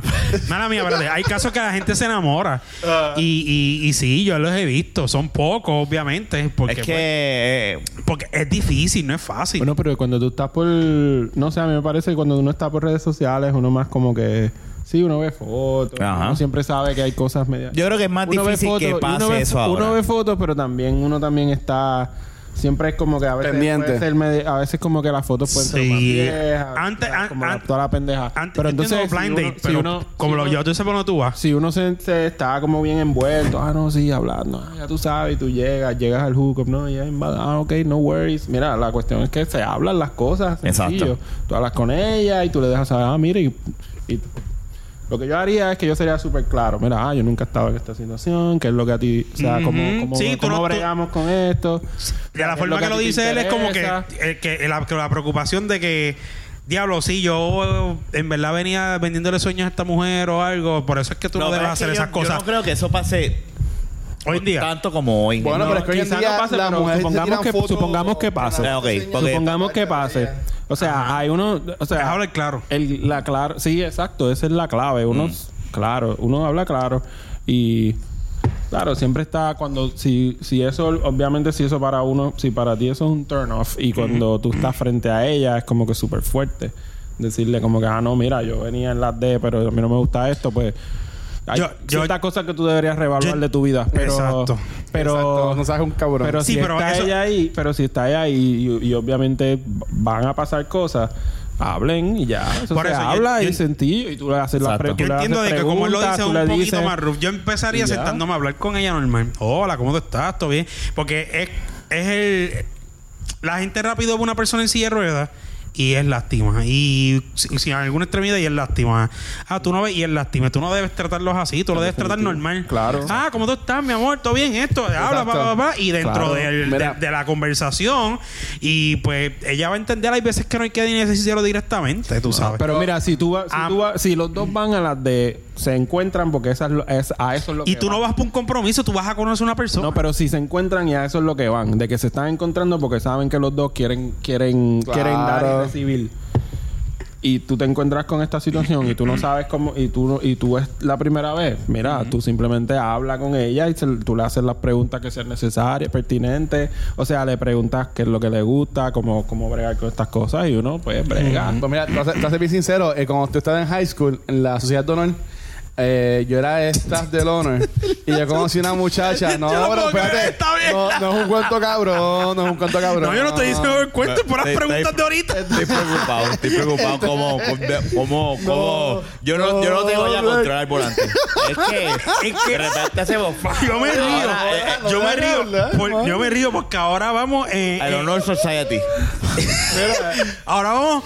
C: Mala mía, espérate. Hay casos que la gente se enamora.
B: Ah.
C: y, y, y sí, yo los he visto. Son pocos, obviamente. Porque
B: Es que. eh,
C: pues, porque es difícil, no es fácil.
D: Bueno, pero cuando tú estás por... No sé, a mí me parece que cuando uno está por redes sociales, uno más como que... Sí, uno ve fotos.
B: Ajá.
D: Uno siempre sabe que hay cosas media...
B: eh, yo creo que es más
D: Uno ve
B: difícil
D: fotos,
B: que
D: y
B: pase
D: uno ve,
B: eso ahora.
D: Uno ve fotos, pero también uno también está... Siempre es como que a veces...
A: Pendiente.
D: puede ser medi- a veces como que las fotos pueden ser
C: Sí.
D: más viejas.
C: Antes-
D: ¿sabes?
C: an-
D: como la-
C: an-
D: toda la pendeja.
C: Antes
D: pero
C: yo
D: entonces...
C: entiendo blind
D: si uno-
C: date,
D: si
C: pero
D: uno-
C: como
D: si
C: lo,
D: uno-
C: yo te sé por donde tú vas.
D: si uno se, se está como bien envuelto, ah, no, sí, hablando, ah, ya tú sabes, y tú llegas, llegas al hookup, no, ya, invada- ah, ok, no worries. Mira, la cuestión es que se hablan las cosas, sencillo.
B: Exacto.
D: Tú hablas con ella y tú le dejas saber, ah, mira, y, y lo que yo haría es que yo sería súper claro, mira, ah, yo nunca estaba en esta situación, qué es lo que a ti, o sea, cómo,
C: Ujú.
D: cómo-
C: Sí, tú
D: cómo
C: no- tú-
D: bregamos con esto.
C: De la
D: ¿Qué es
C: forma que,
D: a
C: lo
D: ti te
C: dice él es como que,
D: interesa?
C: el que, la, que la preocupación de que, diablo, sí, yo eh, en verdad venía vendiéndole sueños a esta mujer o algo, por eso es que tú no,
B: pero
C: debes
B: es que
C: hacer
B: yo-
C: esas cosas
B: Yo no creo que eso pase
C: hoy en día.
B: tanto como hoy.
A: Bueno,
D: No,
A: pero es que hoy en
D: quizá
A: día
D: no pase,
A: las
D: pero
A: mujeres se
D: supongamos
A: tiran
D: que-
A: fotos
D: supongamos que
A: con las
D: pase.
A: fotos
B: Ah, ok,
A: enseñando
B: ok.
A: su
D: Supongamos
A: parte
D: que
A: de
D: pase.
A: ella.
D: O sea, hay uno. O sea,
C: Deja hablar claro. Mm.
D: El, la claro. Sí, exacto. Esa es la clave. Uno, claro, uno habla claro. Y claro, siempre está cuando. Si, si eso, obviamente, si eso para uno, si para ti eso es un turn off. Y cuando tú estás frente a ella, es como que súper fuerte. Decirle como que, ah, no, mira, yo venía en las D, pero a mí no me gusta esto, pues. Hay
C: Yo- yo-
D: ciertas cosas que tú deberías reevaluar
C: yo-
D: de tu vida. Pero,
C: Exacto.
D: Pero,
A: Exacto, no seas un cabrón.
D: pero
C: Sí,
D: si
C: pero
D: está
C: eso-
D: ella ahí, pero si está ella ahí y, y obviamente van a pasar cosas, hablen y ya. Eso
C: Por
D: se
C: eso yo-
D: habla
C: yo-
D: y sentí y tú le haces la
B: Exacto.
D: pregunta.
C: Yo entiendo de que como él lo dice un poquito más rough, yo empezaría
D: y ya.
C: sentándome a hablar con ella normal. Hola, ¿cómo tú estás? ¿Todo bien? Porque es, es el... La gente rápido ve una persona en silla de ruedas y es lástima. Y si- sin alguna extremidad y es lástima. Ah, tú no ves y es lástima. Tú no debes tratarlos así, tú lo debes tratar normal.
D: Claro.
C: Ah, ¿cómo tú estás, mi amor? ¿Todo bien? Esto, habla,
A: Exacto.
C: papá, papá. Y dentro
D: Claro.
C: del- de,
A: Mira.
C: de la conversación, y pues ella va a entender, hay veces que no hay que ni necesitarlo directamente, tú sabes.
D: Pero mira, si tú vas, si,
C: Ah.
D: tú vas- si los dos van a las de se encuentran porque esas lo- es, a eso es lo
C: Y
D: que
C: tú
D: van.
C: no vas por un compromiso, tú vas a conocer a una persona.
D: No, pero si se encuentran y a eso es lo que van, de que se están encontrando porque saben que los dos quieren quieren
A: Claro.
D: quieren dar y recibir. Y tú te encuentras con esta situación y tú no sabes cómo y tú no- y tú es la primera vez. Mira, tú simplemente habla con ella y se- tú le haces las preguntas que sean necesarias, pertinentes, o sea, le preguntas qué es lo que le gusta, cómo cómo bregar con estas cosas y uno pues brega.
A: Pues mira, te voy a ser- te voy a ser bien sincero, eh, cuando tú estabas en high school, en la sociedad de honor, eh, yo era staff del honor y yo conocí una muchacha.
D: [laughs]
A: No,
C: Yo no
A: pero
C: puedo creer
A: espérate,
C: esta
A: no,
C: mierda.
A: no es un cuento cabrón, no es un cuento cabrón.
C: no, yo no estoy diciendo el cuento por las
B: Estoy-
C: preguntas
B: estoy-
C: de ahorita.
B: Estoy preocupado, estoy preocupado como, como, como. Yo no, yo no tengo ya
A: no.
B: control al volante. Es que, es que de repente hacemos.
C: Yo me río.
B: Ahora, eh, eh,
C: yo me
A: no,
C: río.
A: no, no,
C: por-
A: no.
C: yo me río porque ahora vamos. eh,
B: al
C: eh,
B: Honor Society.
C: ahora vamos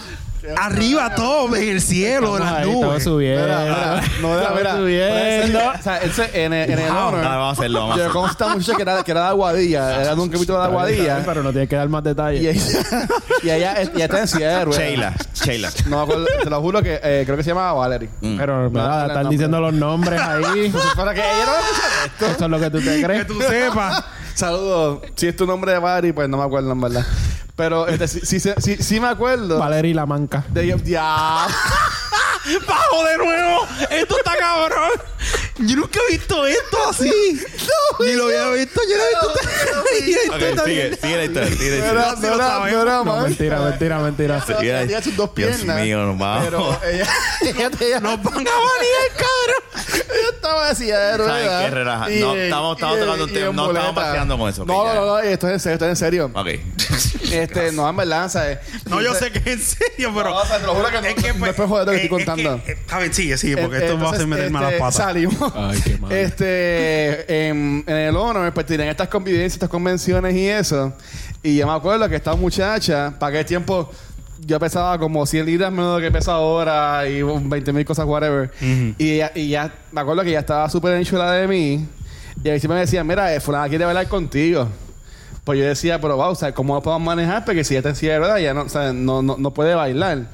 C: Arriba todo, en el cielo, en las
D: Ahí, todo
C: nubes.
D: subiendo.
A: Mira, mira, no, mira, mira.
D: subiendo.
A: O sea, ese, en el, en el
B: Wow.
A: honor,
B: Nada, vamos a hacerlo. Vamos a
A: yo
B: hacerlo.
A: consta mucho que era, que era de Aguadilla. Era de un capítulo de Aguadilla.
D: Pero no tienes que dar más detalles.
A: Y ella, [laughs] y ella, ella está en silla de ruedas.
B: Sheila,
A: [laughs]
B: Sheila.
A: No me acuerdo, te lo juro que eh, creo que se llamaba Valerie.
B: Mm.
D: Pero me
A: No,
D: vas
A: no,
D: a estar
A: no,
D: diciendo los nombres ahí.
A: Para que ella no me escuchara esto.
D: Eso es lo que tú te
C: Que
D: crees.
C: tú
A: [laughs]
C: sepas.
A: Saludos. Si es tu nombre de Valerie, pues no me acuerdo en verdad. Pero este, sí, sí, sí, sí, sí me acuerdo.
D: Valeria y la manca.
A: De yo- ya.
C: ¡Bajo de nuevo! ¡Esto está cabrón! Yo nunca he visto esto así. Ni lo había visto. Yo no he visto y esto
B: Ok,
C: está
B: sigue,
C: bien.
B: sigue la historia. Sigue la
A: No
B: historia.
A: era, no era, no era
D: No,
A: más.
D: mentira, mentira, mentira.
A: Pero
B: Sigue la-
A: Ella tenía sus dos
B: Dios
A: piernas.
B: mío, nos vamos.
A: Pero ella, [laughs] ella, tenía-
C: ¡Nos van a banear, cabrón!
A: ella estaba así de ruedas.
B: qué? Relaja.
A: Y
B: No,
A: en-
B: estamos- estamos
A: y en-
B: tocando un
A: y
B: tema.
A: en
B: No estamos
A: boleta.
B: paseando con eso, ok,
A: No,
B: ya.
A: no, no. Esto es en serio. Esto es en serio.
B: Ok.
A: Este, no, en verdad, ¿sabes?
C: No, yo sé que es en serio, pero.
A: No, o sea, te lo juro que no- no es por joder lo que estoy
C: eh, es
A: contando.
C: que, eh, Está bien, sigue, sigue, porque esto va a
A: Entonces,
C: hacer meterme a
A: este,
C: las patas.
A: Salimos.
D: Ay, qué mal.
A: Este, en, en el honor, pues tenían estas convivencias, estas convenciones y eso. Y yo me acuerdo que esta muchacha, para aquel tiempo, yo pesaba como 100 libras menos de lo que pesa ahora y un 20 mil cosas, whatever. Y ella- y ya, me acuerdo que ya estaba súper enchulada de mí. Y ahí siempre me decían, mira, eh, fulana quiere bailar contigo. Pues yo decía, pero wow, o sea, ¿cómo lo podemos manejar? Porque si ya está en silla de ruedas, ya no, o sea, no, no, no puede bailar.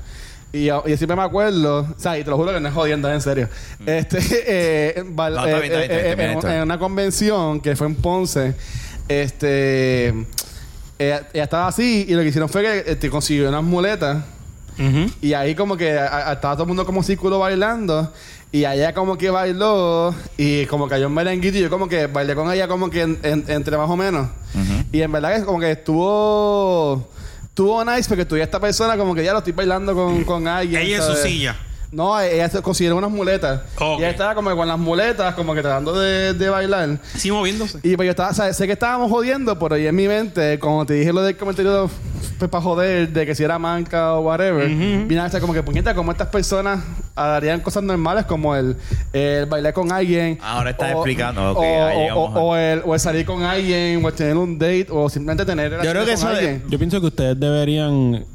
A: Y yo, yo siempre me acuerdo, o sea, y te lo juro que no es jodiendo, es en serio. Este, [laughs] eh, bail-
B: Mm. No, está bien, está bien, está bien,
A: eh, eh,
B: está bien,
A: en-
B: está bien.
A: en una convención que fue en Ponce, este, ella, ella estaba así y lo que hicieron fue que eh, te consiguió unas muletas.
C: Ujú.
A: Y ahí como que a- a- estaba todo el mundo como un círculo bailando. Y allá como que bailó y como cayó un merenguito y yo como que bailé con ella como que en- en- entre más o menos. Y en verdad que como que estuvo... Estuvo nice porque tuve esta persona como que ya lo estoy bailando con, con alguien.
C: Ella en su
A: ¿sabes?
C: silla.
A: No, ella se consiguió unas muletas.
C: Ok.
A: Y ella estaba como que con las muletas como que tratando de, de bailar.
C: Sigue moviéndose.
A: Y pues yo estaba, o sea, sé que estábamos jodiendo, pero ahí en mi mente, como te dije lo del comentario para joder, de que si era manca o whatever, vine a estar como que puñeta, como estas personas harían cosas normales como el, el bailar con alguien.
B: Ahora estás
A: o-
B: explicando, ok,
A: o,
B: ahí
A: o-
B: llegamos a-
A: o el, o el salir con alguien, o el tener un date, o simplemente tener
B: creo
A: relaciones con
B: que eso de-
A: alguien.
D: Yo pienso que ustedes deberían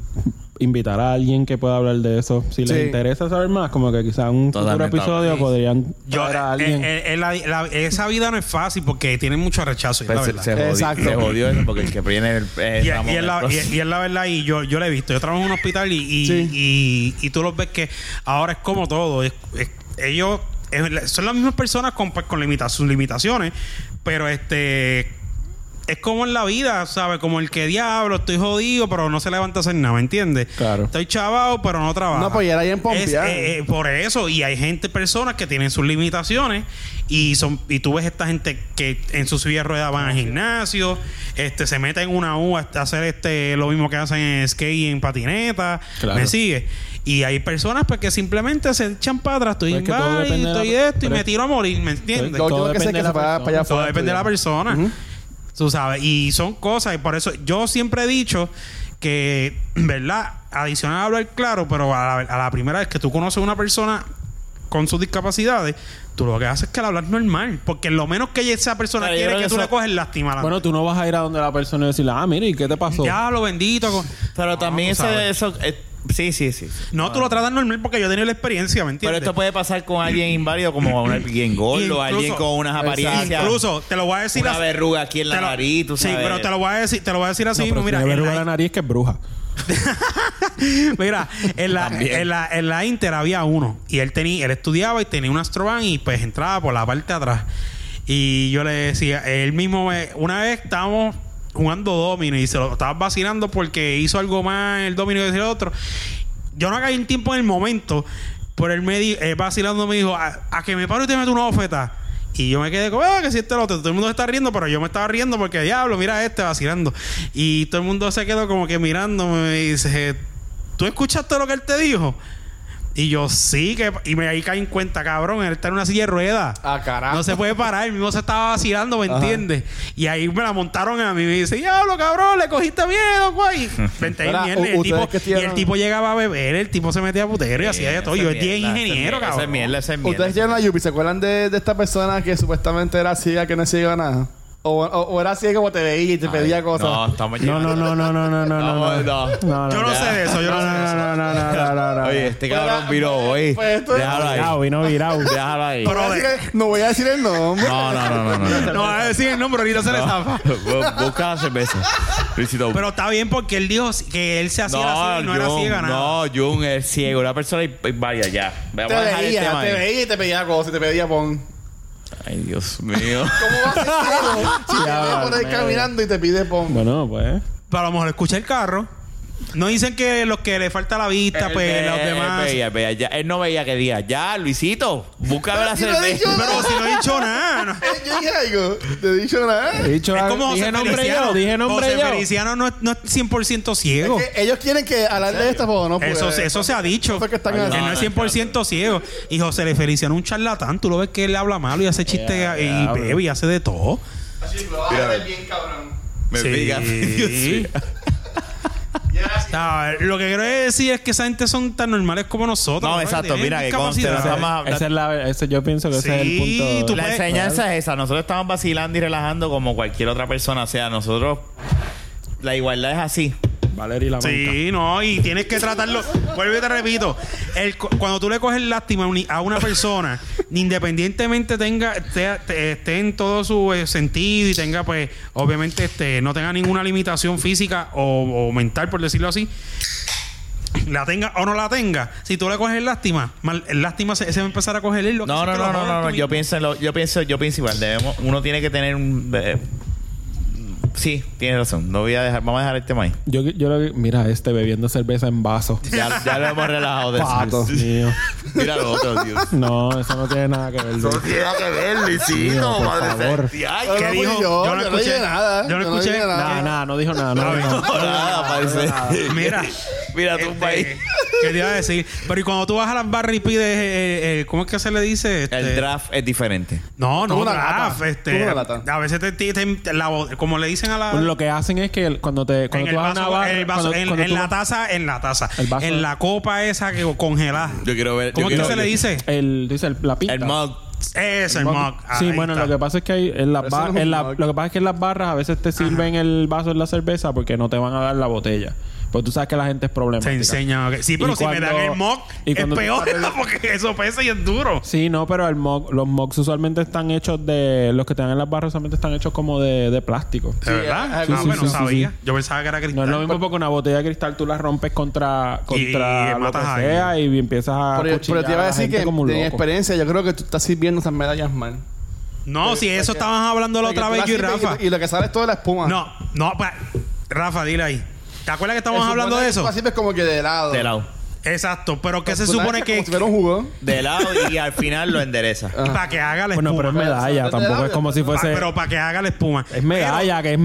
D: invitar a alguien que pueda hablar de eso. Si les
A: Sí.
D: interesa saber más, como que quizá en un futuro
B: Totalmente,
D: episodio
B: sí.
D: podrían
C: Yo,
D: traer a
C: eh,
D: alguien.
C: eh, eh, la- la- esa vida no es fácil porque tiene mucho rechazo. y es
B: Pues
C: la
B: se,
C: verdad.
B: se jodió,
A: Exacto.
B: se jodió eso porque el que viene el, eh,
C: Y, y
B: Ramón,
C: es la,
B: el-
C: y- y es la verdad, y yo, yo la he visto. Yo trabajo en un hospital y, y,
A: Sí.
C: y- y tú los ves que ahora es como todo. Es- es- ellos es- son las mismas personas con, pues, con limita- sus limitaciones, pero este es como en la vida, ¿sabes? Como el que diablo, estoy jodido, pero no se levanta a hacer nada, ¿me entiendes?
D: Claro.
C: Estoy chavado, pero no trabajo.
A: No, pues, y era ahí en Pompeya.
C: Es- eh, eh, por eso, y hay gente, personas que tienen sus limitaciones y son y tú ves esta gente que en su silla de ruedas van al gimnasio, este se meten en una U a a hacer este lo mismo que hacen en skate y en patineta,
D: Claro.
C: me sigue. Y hay personas pues, que simplemente se echan para atrás, estoy
D: Pero
C: en
D: es que todo
C: bar y
D: depende de la
C: estoy
D: per-
C: esto y
D: pero
C: me
D: es-
C: tiro a morir, ¿me entiendes?
A: Lo
D: Todo
A: último que sé es
D: depende
A: que se
D: de la
A: va para allá
D: persona.
A: afuera.
C: Todo depende de la persona. Tú sabes. Y son cosas. Y por eso yo siempre he dicho que, [clears throat] ¿verdad? Adicional a hablar claro, pero a la, a la primera vez que tú conoces a una persona con sus discapacidades, tú lo que haces es que le hablas normal. Porque lo menos que esa persona
B: Claro, yo
C: quiere
B: creo
C: que
B: que
C: tú
B: eso-
C: le coges lástima. a la-
D: Bueno, tú no vas a ir a donde la persona y decirle, ah, mire, ¿y qué te pasó?
C: ya lo bendito. con-
B: Pero
C: No,
B: también
C: tú
B: eso-
C: sabes.
B: eso, eh, sí, sí, sí.
C: No, tú lo tratas normal porque yo he tenido la experiencia, ¿me
B: Pero
C: entiendes?
B: esto puede pasar con alguien inválido, como un alguien gordo,
C: Incluso-
B: alguien con unas apariencias.
C: Incluso, te lo voy a decir
B: una
C: así-
B: verruga aquí en la
C: te lo-
B: nariz, tú
C: Sí,
B: sabes.
C: pero te lo voy a decir, te lo voy a decir así.
D: No, pero
C: mismo, mira,
D: si le
C: en
D: verruga
C: la-
D: la nariz que es bruja.
C: [laughs] Mira, en la,
B: También.
C: en, la, en la Inter había uno y él tenía, él estudiaba y tenía un Astrovan y pues entraba por la parte de atrás. Y yo le decía, él mismo me- una vez estábamos jugando domino y se lo estaba vacilando porque hizo algo más el domino que el otro. Yo no caí en tiempo en el momento, pero él me di- él vacilando me dijo, a, a que me paro y te meto una bofeta. Y yo me quedé como, ah, que si este el otro, todo el mundo se está riendo, pero yo me estaba riendo porque diablo, mira este vacilando. Y todo el mundo se quedó como que mirándome y dice, ¿tú escuchaste lo que él te dijo? Y yo sí, que y me ahí caí en cuenta, cabrón, él está en una silla de ruedas.
A: Ah, carajo.
C: No se puede parar, él mismo se estaba vacilando, ¿me entiendes? Y ahí me la montaron a mí. Me dice, diablo, cabrón, le cogiste miedo, güey. Vente ahí,
A: Ahora,
C: mierda. Y el,
A: ustedes
C: tipo,
A: que
C: y
A: estuvieron-
C: el tipo llegaba a beber, el tipo se metía a putero y
B: Eh,
C: hacía de todo. Yo
B: es
C: es 10 ingeniero, cabrón.
B: Esa es mierda, esa es mierda.
A: Ustedes llegan a Yupi, ¿se acuerdan de, de esta persona que supuestamente era ciega, que no ciega nada? O, o- o era así como te veía y te pedía cosas.
B: No, estamos
D: No, no,
B: llegando.
D: no, no, no, no, no, no.
B: Estamos-
D: No, no, no.
C: Yo no sé de eso, yo no
D: No,
C: sé
D: no,
C: de eso.
D: no, no, no, no, no, no.
B: Oye, este
A: Pues,
B: cabrón viró hoy.
A: pues, esto-
B: Déjalo
D: Virao,
B: ahí.
D: vino virao.
B: Déjalo ahí.
A: No voy a decir el- no voy a decir el nombre.
B: [laughs] No, no, no, no, no.
A: [laughs]
B: no.
C: No va a decir el nombre, ahorita se le zafa.
B: Bu- Busca la cerveza. Luisito.
C: Pero está bien porque él dijo que él se hacía la ciega y no era
B: Jun,
C: ciega nada.
B: No, Jun es ciego. Una persona y, y vaya, ya. Vamos
A: Te
B: a dejar el
A: veía,
B: tema
A: te
B: ahí.
A: veía y te pedía cosas y te pedía pon.
B: Ay, Dios
C: [laughs]
B: mío.
A: ¿Cómo vas a ser ciego? Si te
D: Ya,
A: vas por ahí
D: me-
A: caminando y te pide pon.
D: Bueno, pues.
C: Pero a lo mejor escucha el carro. No dicen que los que le falta la vista,
B: Él
C: pues
B: ve-
C: los demás.
B: Él, Eh, veía, veía, ya. él no veía que día. Ya, Luisito, búscame la
A: si no he dicho
B: cerveza.
C: Pero si no he dicho nada. no.
A: Eh, Yo dije algo. Te he dicho nada.
D: He dicho
C: Es
D: algo-
C: como José
D: dije nombre
C: Feliciano.
D: yo, dije nombre
C: José
D: yo.
C: Feliciano no, es- no es 100% ciego.
A: Es que ellos quieren que hablar de esto, pero no puede.
C: Eso, se- eso se ha dicho.
A: Eso que
C: Que
A: están
B: Ay,
A: haciendo.
C: no es 100% ciego. Y José le Feliciano es un charlatán. Tú lo ves que él habla malo y hace chistes
D: Ya,
C: y
D: ya, bro.
C: bebe y hace de todo.
A: bien, cabrón.
B: Me
C: Sí.
D: [laughs]
B: pica. [laughs] Dios mío.
C: Ah, lo que quiero decir es que esa gente son tan normales como nosotros.
B: No,
C: ¿no?
B: exacto.
C: Tienen
B: Mira que conste,
C: discapacidades.
B: no estamos-
D: Esa es la, ese- yo pienso que ese
C: Sí,
D: es el
C: tú
D: punto.
B: La
C: puedes-
B: enseñanza es esa. Nosotros estamos vacilando y relajando como cualquier otra persona. O sea, nosotros. La igualdad es así.
D: Valeria la
C: Sí, no, y tienes que tratarlo. Vuelvo y te repito. El, co- cuando tú le coges lástima a uni- a una persona,
B: [laughs]
C: independientemente tenga, te- te- esté en todo su eh, sentido y tenga, pues, obviamente, este, no tenga ninguna limitación física o, o mental, por decirlo así. La tenga o no la tenga, si tú le coges lástima, mal- lástima se, se va a empezar a coger él. Lo que
B: No,
C: hace
B: no,
C: es que
B: no,
C: lo
B: no,
C: jodas
B: no,
C: tú
B: no. Yo
C: mismo.
B: pienso, en lo- yo pienso, yo pienso igual. Debemos, uno tiene que tener un. eh, sí, tienes razón. No voy a dejar, vamos a dejar el tema ahí.
D: Yo, yo lo vi- mira, este bebiendo cerveza en vaso. [laughs]
B: Ya, ya lo hemos relajado de eso.
A: Pato.
D: Dios mío.
B: Mira lo otro, Dios.
D: No, eso no tiene nada que ver.
B: No
D: dude.
B: tiene nada que ver,
D: Mío,
B: Luisito,
D: por
B: madre
D: favor.
B: celestial. Ay,
A: Pero
B: ¿Qué
A: no fui
B: dijo?
A: yo,
C: Yo no escuché.
A: dije nada.
C: Yo no escuché
A: dije
D: Nada, nada, no dijo nada. No, dijo nada.
B: Nada, parece.
C: Mira.
B: [laughs] Mira tú,
C: Este,
B: país.
C: ¿Qué te iba a decir? Pero y cuando tú vas a las barras y pides, eh, eh, ¿cómo es que se le dice? Este,
B: El draft es diferente.
C: No, no,
A: Tuve una
C: draft.
A: lata.
C: Este,
A: Tuve una lata.
C: A veces te, te- te- la bo- como le dicen a la.
D: Bueno, Pues lo que hacen es que el- cuando te
C: en
D: cuando
C: el
D: tú vas a una
C: vaso-
D: barra,
C: el vaso-
D: cuando-
C: en-
D: cuando
C: en
D: tú
C: la
D: vas-
C: taza, en la taza.
D: El vaso-
C: en la copa esa que congelada.
B: Yo quiero ver.
C: ¿Cómo
B: yo
C: es que
B: quiero-
C: se le dice?
D: el dice el- la pinta.
B: El mug.
C: Es el mug.
D: Sí,
C: Ahí
D: bueno,
C: está.
D: lo que pasa es que hay en las
A: Pero eso
D: bar-
A: no es un
D: en la-
A: mug.
D: lo que pasa es que en las barras a veces te sirven el vaso en la cerveza porque no te van a dar la botella. Pues tú sabes que la gente es
C: Se
D: problemática.
C: enseña. ok. Sí, pero
D: Y
C: si me dan
D: cuando-
C: el mug,
D: y
C: es
D: cuando tú
C: peor [laughs] porque eso pesa y es duro.
D: Sí, no, pero el mug, los mugs usualmente están hechos de los que te dan en las barras usualmente están hechos como de, de plástico.
C: ¿De verdad?
A: ah, sí,
C: ah,
A: sí,
C: bueno,
D: sí, sí,
C: sabía.
D: sí.
C: Yo pensaba que era
D: No
C: cristal.
D: es lo mismo porque una botella de cristal tú la rompes contra
C: Y
D: contra lo que
C: matas a
D: sea y empiezas
A: Pero,
D: a
A: yo- pero
D: cuchillar
A: te iba a
D: la
A: decir
D: gente
A: que,
D: como un
A: de mi
D: loco.
A: experiencia, yo creo que tú estás sirviendo esas medallas mal.
C: No, si eso estábamos hablando la
A: Porque
C: otra
A: tú
C: vez
A: las
C: yo y
A: sirves
C: Rafa.
A: Y, lo que sale es toda la espuma.
C: No, no, pa- Rafa, dile ahí. ¿Te acuerdas que estábamos
A: Se
C: hablando
A: supone
C: de
A: que
C: eso?
A: Así es como que de lado.
B: De lado.
C: Exacto, pero que se
A: Tú
C: supone
A: sabes Como
C: que
A: si fuera un jugo.
B: De lado y al final lo endereza.
C: para que haga la
D: Bueno, pero es
C: espuma.
D: medalla,
A: Pero-
D: tampoco es
A: Ah,
D: como si
C: Pa-
D: fuese
C: pero para que haga la espuma.
D: Es medalla, que es-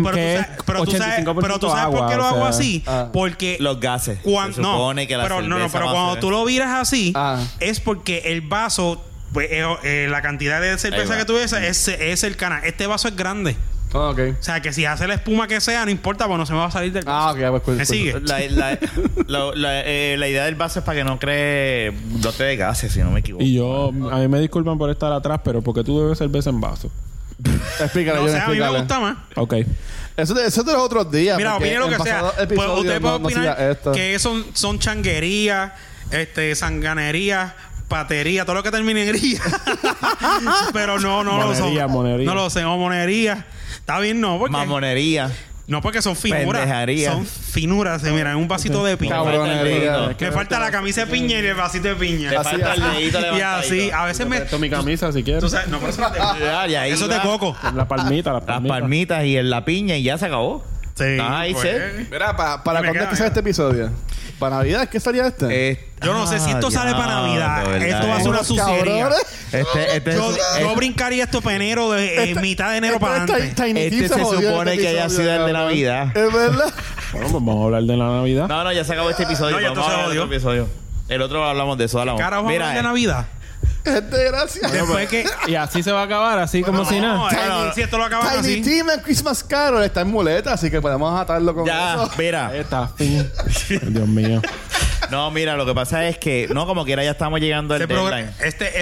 C: pero
D: que
C: tú sabes- pero tú
D: es
C: sabes,
D: 85%
C: pero tú sabes por qué lo
D: agua, o
C: hago
D: sea.
C: así.
A: Ah.
C: Porque
B: Los gases.
C: cuan-
B: se
C: no,
B: supone que la
C: pero, no, no,
B: cerveza
C: pero
B: va a
C: cuando
B: ser-
C: tú lo viras así,
A: Ah.
C: es porque el vaso, pues, eh, eh, la cantidad de cerveza
B: va.
C: que tú ves es, es el canal. Este vaso es grande.
A: Ah, ok.
C: O sea, que si hace la espuma que sea, no importa, pues no se me va a salir del
A: Ah, ok, pues cool,
C: ¿Me
A: cool.
C: sigue?
B: La, la- la- la- eh, la idea del vaso es para que no cree dote de gases, si no me equivoco.
D: y yo a mí me disculpan por estar atrás, pero porque tú bebes cerveza en vaso.
A: Explícale,
C: No, o
A: yo
C: sea, a mí me
A: explícale.
C: gusta más.
D: Ok.
A: Eso de, eso de los otros días.
C: Mira,
A: porque
C: opine lo
A: en
C: que sea.
A: pasado
C: Pues,
A: episodio
C: usted puede
A: no- no
C: opinar
A: hacía esto.
C: que son, son changuerías, este, sanganerías, patería, todo lo que termine en ría. Pero no, no lo son.
D: Monería, monería.
C: No lo sé, o monería. Está bien, no, porque.
B: Mamonería.
C: no, porque son finuras.
B: Pendejaría.
C: Son finuras, se mira, en un vasito de piña.
A: Cabrón.
B: Cabronería.
C: Me falta la camisa de piña y el vasito de piña.
B: Te
A: Así-
B: falta el dedito
C: Y así,
B: levantadito.
C: a veces me.
D: Esto mi camisa si
C: tú
D: quieres.
C: sabes, no, pero eso es de-
B: Ya, y ahí
C: eso es de
B: va.
C: coco.
D: La palmita, la
B: Las
D: palmita.
B: palmitas y en la piña y ya se acabó.
C: Sí,
B: Ah, ahí
C: pues.
B: se-
A: Mira, pa- ¿para
C: Me
A: cuándo es
C: queda,
A: que sale
C: mira.
A: este episodio? ¿Para Navidad es que salía este?
B: Eh,
C: Yo no sé si esto
B: ah,
C: sale para
B: diablo,
C: Navidad.
B: ¿verdad?
C: Esto va a ser una
A: Unos
C: sucería.
A: cabrones.
B: Este, este,
C: Yo,
B: se- este-
C: yo brincaría esto para enero, de, eh, mitad de enero
A: Esto
C: para
A: es
C: adelante.
A: Ti- Tiny
B: este
A: Tim
B: se
A: jodió
B: supone
A: este
B: que ya
A: episodio,
B: sido el de
A: cabrón.
B: Navidad.
A: Es verdad. [laughs]
D: Bueno, pues vamos a hablar de la Navidad.
B: No, no, ya se acabó este episodio.
C: No, ya esto
B: Vamos
C: se
B: a hablar del otro episodio. El otro hablamos de eso, hablamos.
C: Carajo, Mira, de
B: eh,
C: Navidad.
A: Gente, gracias.
B: pues,
C: Después que.
D: Y así se va a acabar, así como si
C: No,
D: nada.
C: eh, bueno, si esto lo acaban
A: Tiny
C: así.
A: Tim en Christmas Carol está en muleta, así que podemos atarlo con
B: ya,
A: eso.
B: mira.
D: Ahí está, fin. Dios mío.
B: No, mira, lo que pasa es que, no, como quiera, ya estamos llegando al
C: Este, progr-
B: deadline.
C: este,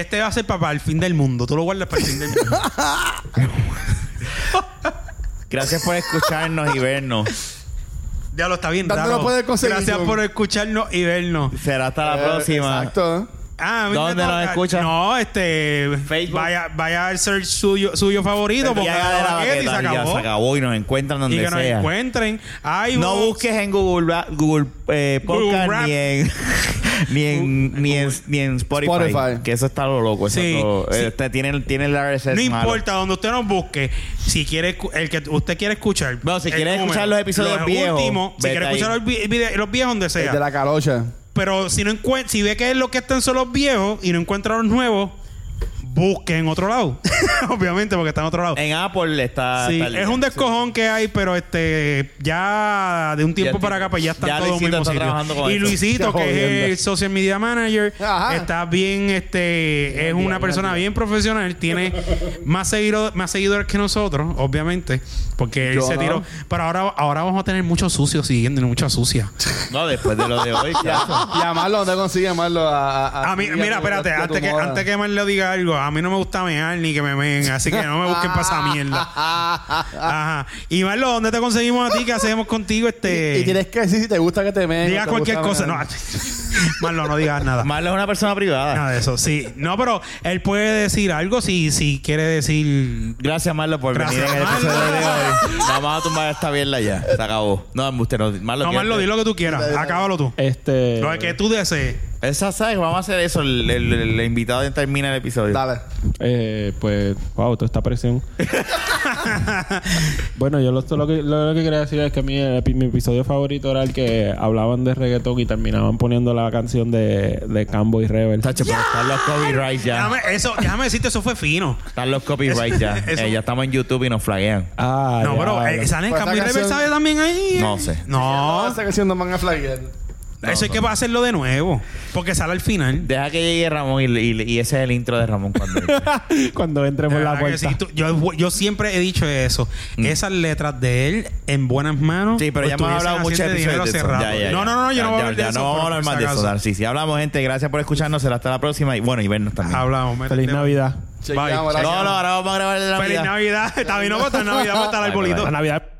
A: [laughs]
C: este va a ser para, para el fin del mundo. Tú lo guardas para el fin del mundo.
B: Gracias por escucharnos y vernos.
C: Ya lo está bien
A: ¿Dónde
C: raro.
A: lo puedes conseguir,
C: Gracias
A: John?
C: por escucharnos y vernos.
B: Será hasta la
A: Eh,
B: próxima.
A: Exacto.
C: Ah, a mí me
B: ¿Dónde
C: toca-
B: nos escuchas?
C: No, este.
B: Facebook.
C: Vaya, vaya al search suyo, suyo favorito.
B: Y
C: Porque
B: haga de la baqueta, ya se acabó y nos encuentran donde
C: Y que nos
B: sea.
C: encuentren. Ay,
B: No
C: vos-
B: busques en Google, Ra- Google eh,
C: Google
B: Podcast
C: Rap.
B: ni en, ni, en, [laughs] ni, en, ni en Spotify,
A: Spotify.
B: Que eso está lo loco. Eso
C: Sí,
B: no-
C: sí.
B: eh, te- tienen, tienen la RSS
C: No
B: malo.
C: importa donde usted nos busque, si quiere escu- el que usted quiere escuchar.
B: Bueno, si
C: el
B: quiere escuchar los episodios viejos,
C: últimos, si
B: vete
C: quiere escuchar
B: ahí.
C: los, vi- vide- los viejos donde
A: El
C: sea.
A: de la calocha.
C: Pero si no encuentra, si ve que es lo que están son los viejos y no encuentra los nuevos, busque en otro lado. [laughs] Obviamente, porque está en otro lado.
B: En Apple está.
C: Sí,
B: está
C: es
B: libre.
C: un descojón que hay, pero este ya de un tiempo
B: Ya
C: para
B: ti-
C: acá pues ya está
B: ya
C: todo en un
B: Luisito
C: mismo
B: está
C: sitio.
B: trabajando con
C: y
A: [laughs]
B: esto.
C: Luisito,
A: Está
C: que es
A: jodiendo.
C: el social media manager,
A: Ajá.
C: está bien este es una persona bien profesional, tiene más seguidores más seguidores que nosotros, obviamente, porque él
A: Yo
C: se
A: no.
C: tiró, pero ahora ahora vamos a tener muchos sucios siguiendo, muchas sucias.
B: No, después de lo de
C: [laughs]
B: hoy. chacho.
A: Y a Marlon, ¿dónde consigue Marlon? A, a,
C: A mí, mira, espérate, antes que, antes que Marlon diga algo, a mí no me gusta mear ni que me meen, así que no me busquen para esa mierda. Ajá. Y Marlon, ¿dónde te conseguimos a ti? ¿Qué hacemos contigo? Este.
A: [laughs] Y tienes que decir si te gusta que te me
C: diga cualquier cosa. [laughs] No, ah, Marlon, no digas nada.
B: Marlo es una persona privada.
C: Nada de eso, sí. No, pero él puede decir algo si, si quiere decir.
B: Gracias, Marlo, por
C: Gracias,
B: venir en el episodio
C: Marlo.
B: de hoy. Vamos a tumbar esta mierda ya. Se acabó. No, embuste, no. Marlo,
C: No, Marlon, di lo que tú quieras. Acábalo tú.
B: Eh,
D: Este.
C: Lo que tú desees.
B: Esa, ¿sabes? Vamos a hacer eso. El, el- el invitado termina el episodio.
A: Dale.
D: Eh, pues, wow, toda esta presión. bueno, yo lo, lo que, lo, lo que quería decir es que a mí el epi- mi episodio favorito era el que hablaban de reggaetón y terminaban poniendo la canción de, de Cambo y Rebel.
B: Tacho, pero están los copyrights ya.
C: Déjame, eso, déjame decirte, eso fue fino.
B: Están los copyrights ya.
C: Eso-
B: Eh, ya estamos en YouTube y nos flaguean.
D: Ah,
C: No, pero
D: diablo.
C: eh, sale en
A: Pues esa
C: Cambio Rebel,
A: canción-
C: ¿sabe también ahí? Eh,
B: No sé.
A: No,
C: No.
A: esa canción no van a flaggear.
C: Eso hay que hacerlo de nuevo. Porque sale al final.
B: Deja que llegue Ramón y, y- y ese es el intro de Ramón cuando
C: [laughs]
D: [laughs] Cuando entre por
C: De
D: la
C: verdad que
D: puerta.
C: sí. Tú- yo, yo siempre he dicho eso. Esas letras de él en buenas manos.
B: Mm.
C: pues
B: Sí, pero ya hemos
C: estuviesen
B: hablado
C: haciendo
B: muchos
C: dinero
B: Pues episodios de eso.
C: cerrado.
B: Ya, ya,
C: no,
B: ya.
C: no, no, yo
B: Ya,
C: no voy a
B: ya,
C: hablar de
B: ya,
C: eso.
B: No vamos a
C: pero
B: hablar
C: por
B: más de
C: si
B: eso.
C: acaso.
B: Dale, Sí, sí, hablamos, gente. Gracias por escucharnos. Será hasta la próxima. Y bueno, y vernos también.
C: Hablamos. métete.
D: Feliz Navidad.
A: Chequeamos,
C: Bye.
A: gracias.
B: No, no, ahora vamos a grabar el de
C: Feliz
B: Navidad.
C: Navidad. [laughs] Está bien, no, pues, está Navidad, pues, está el
B: Bye, bye,
C: arbolito.
B: bye.
D: La Navidad.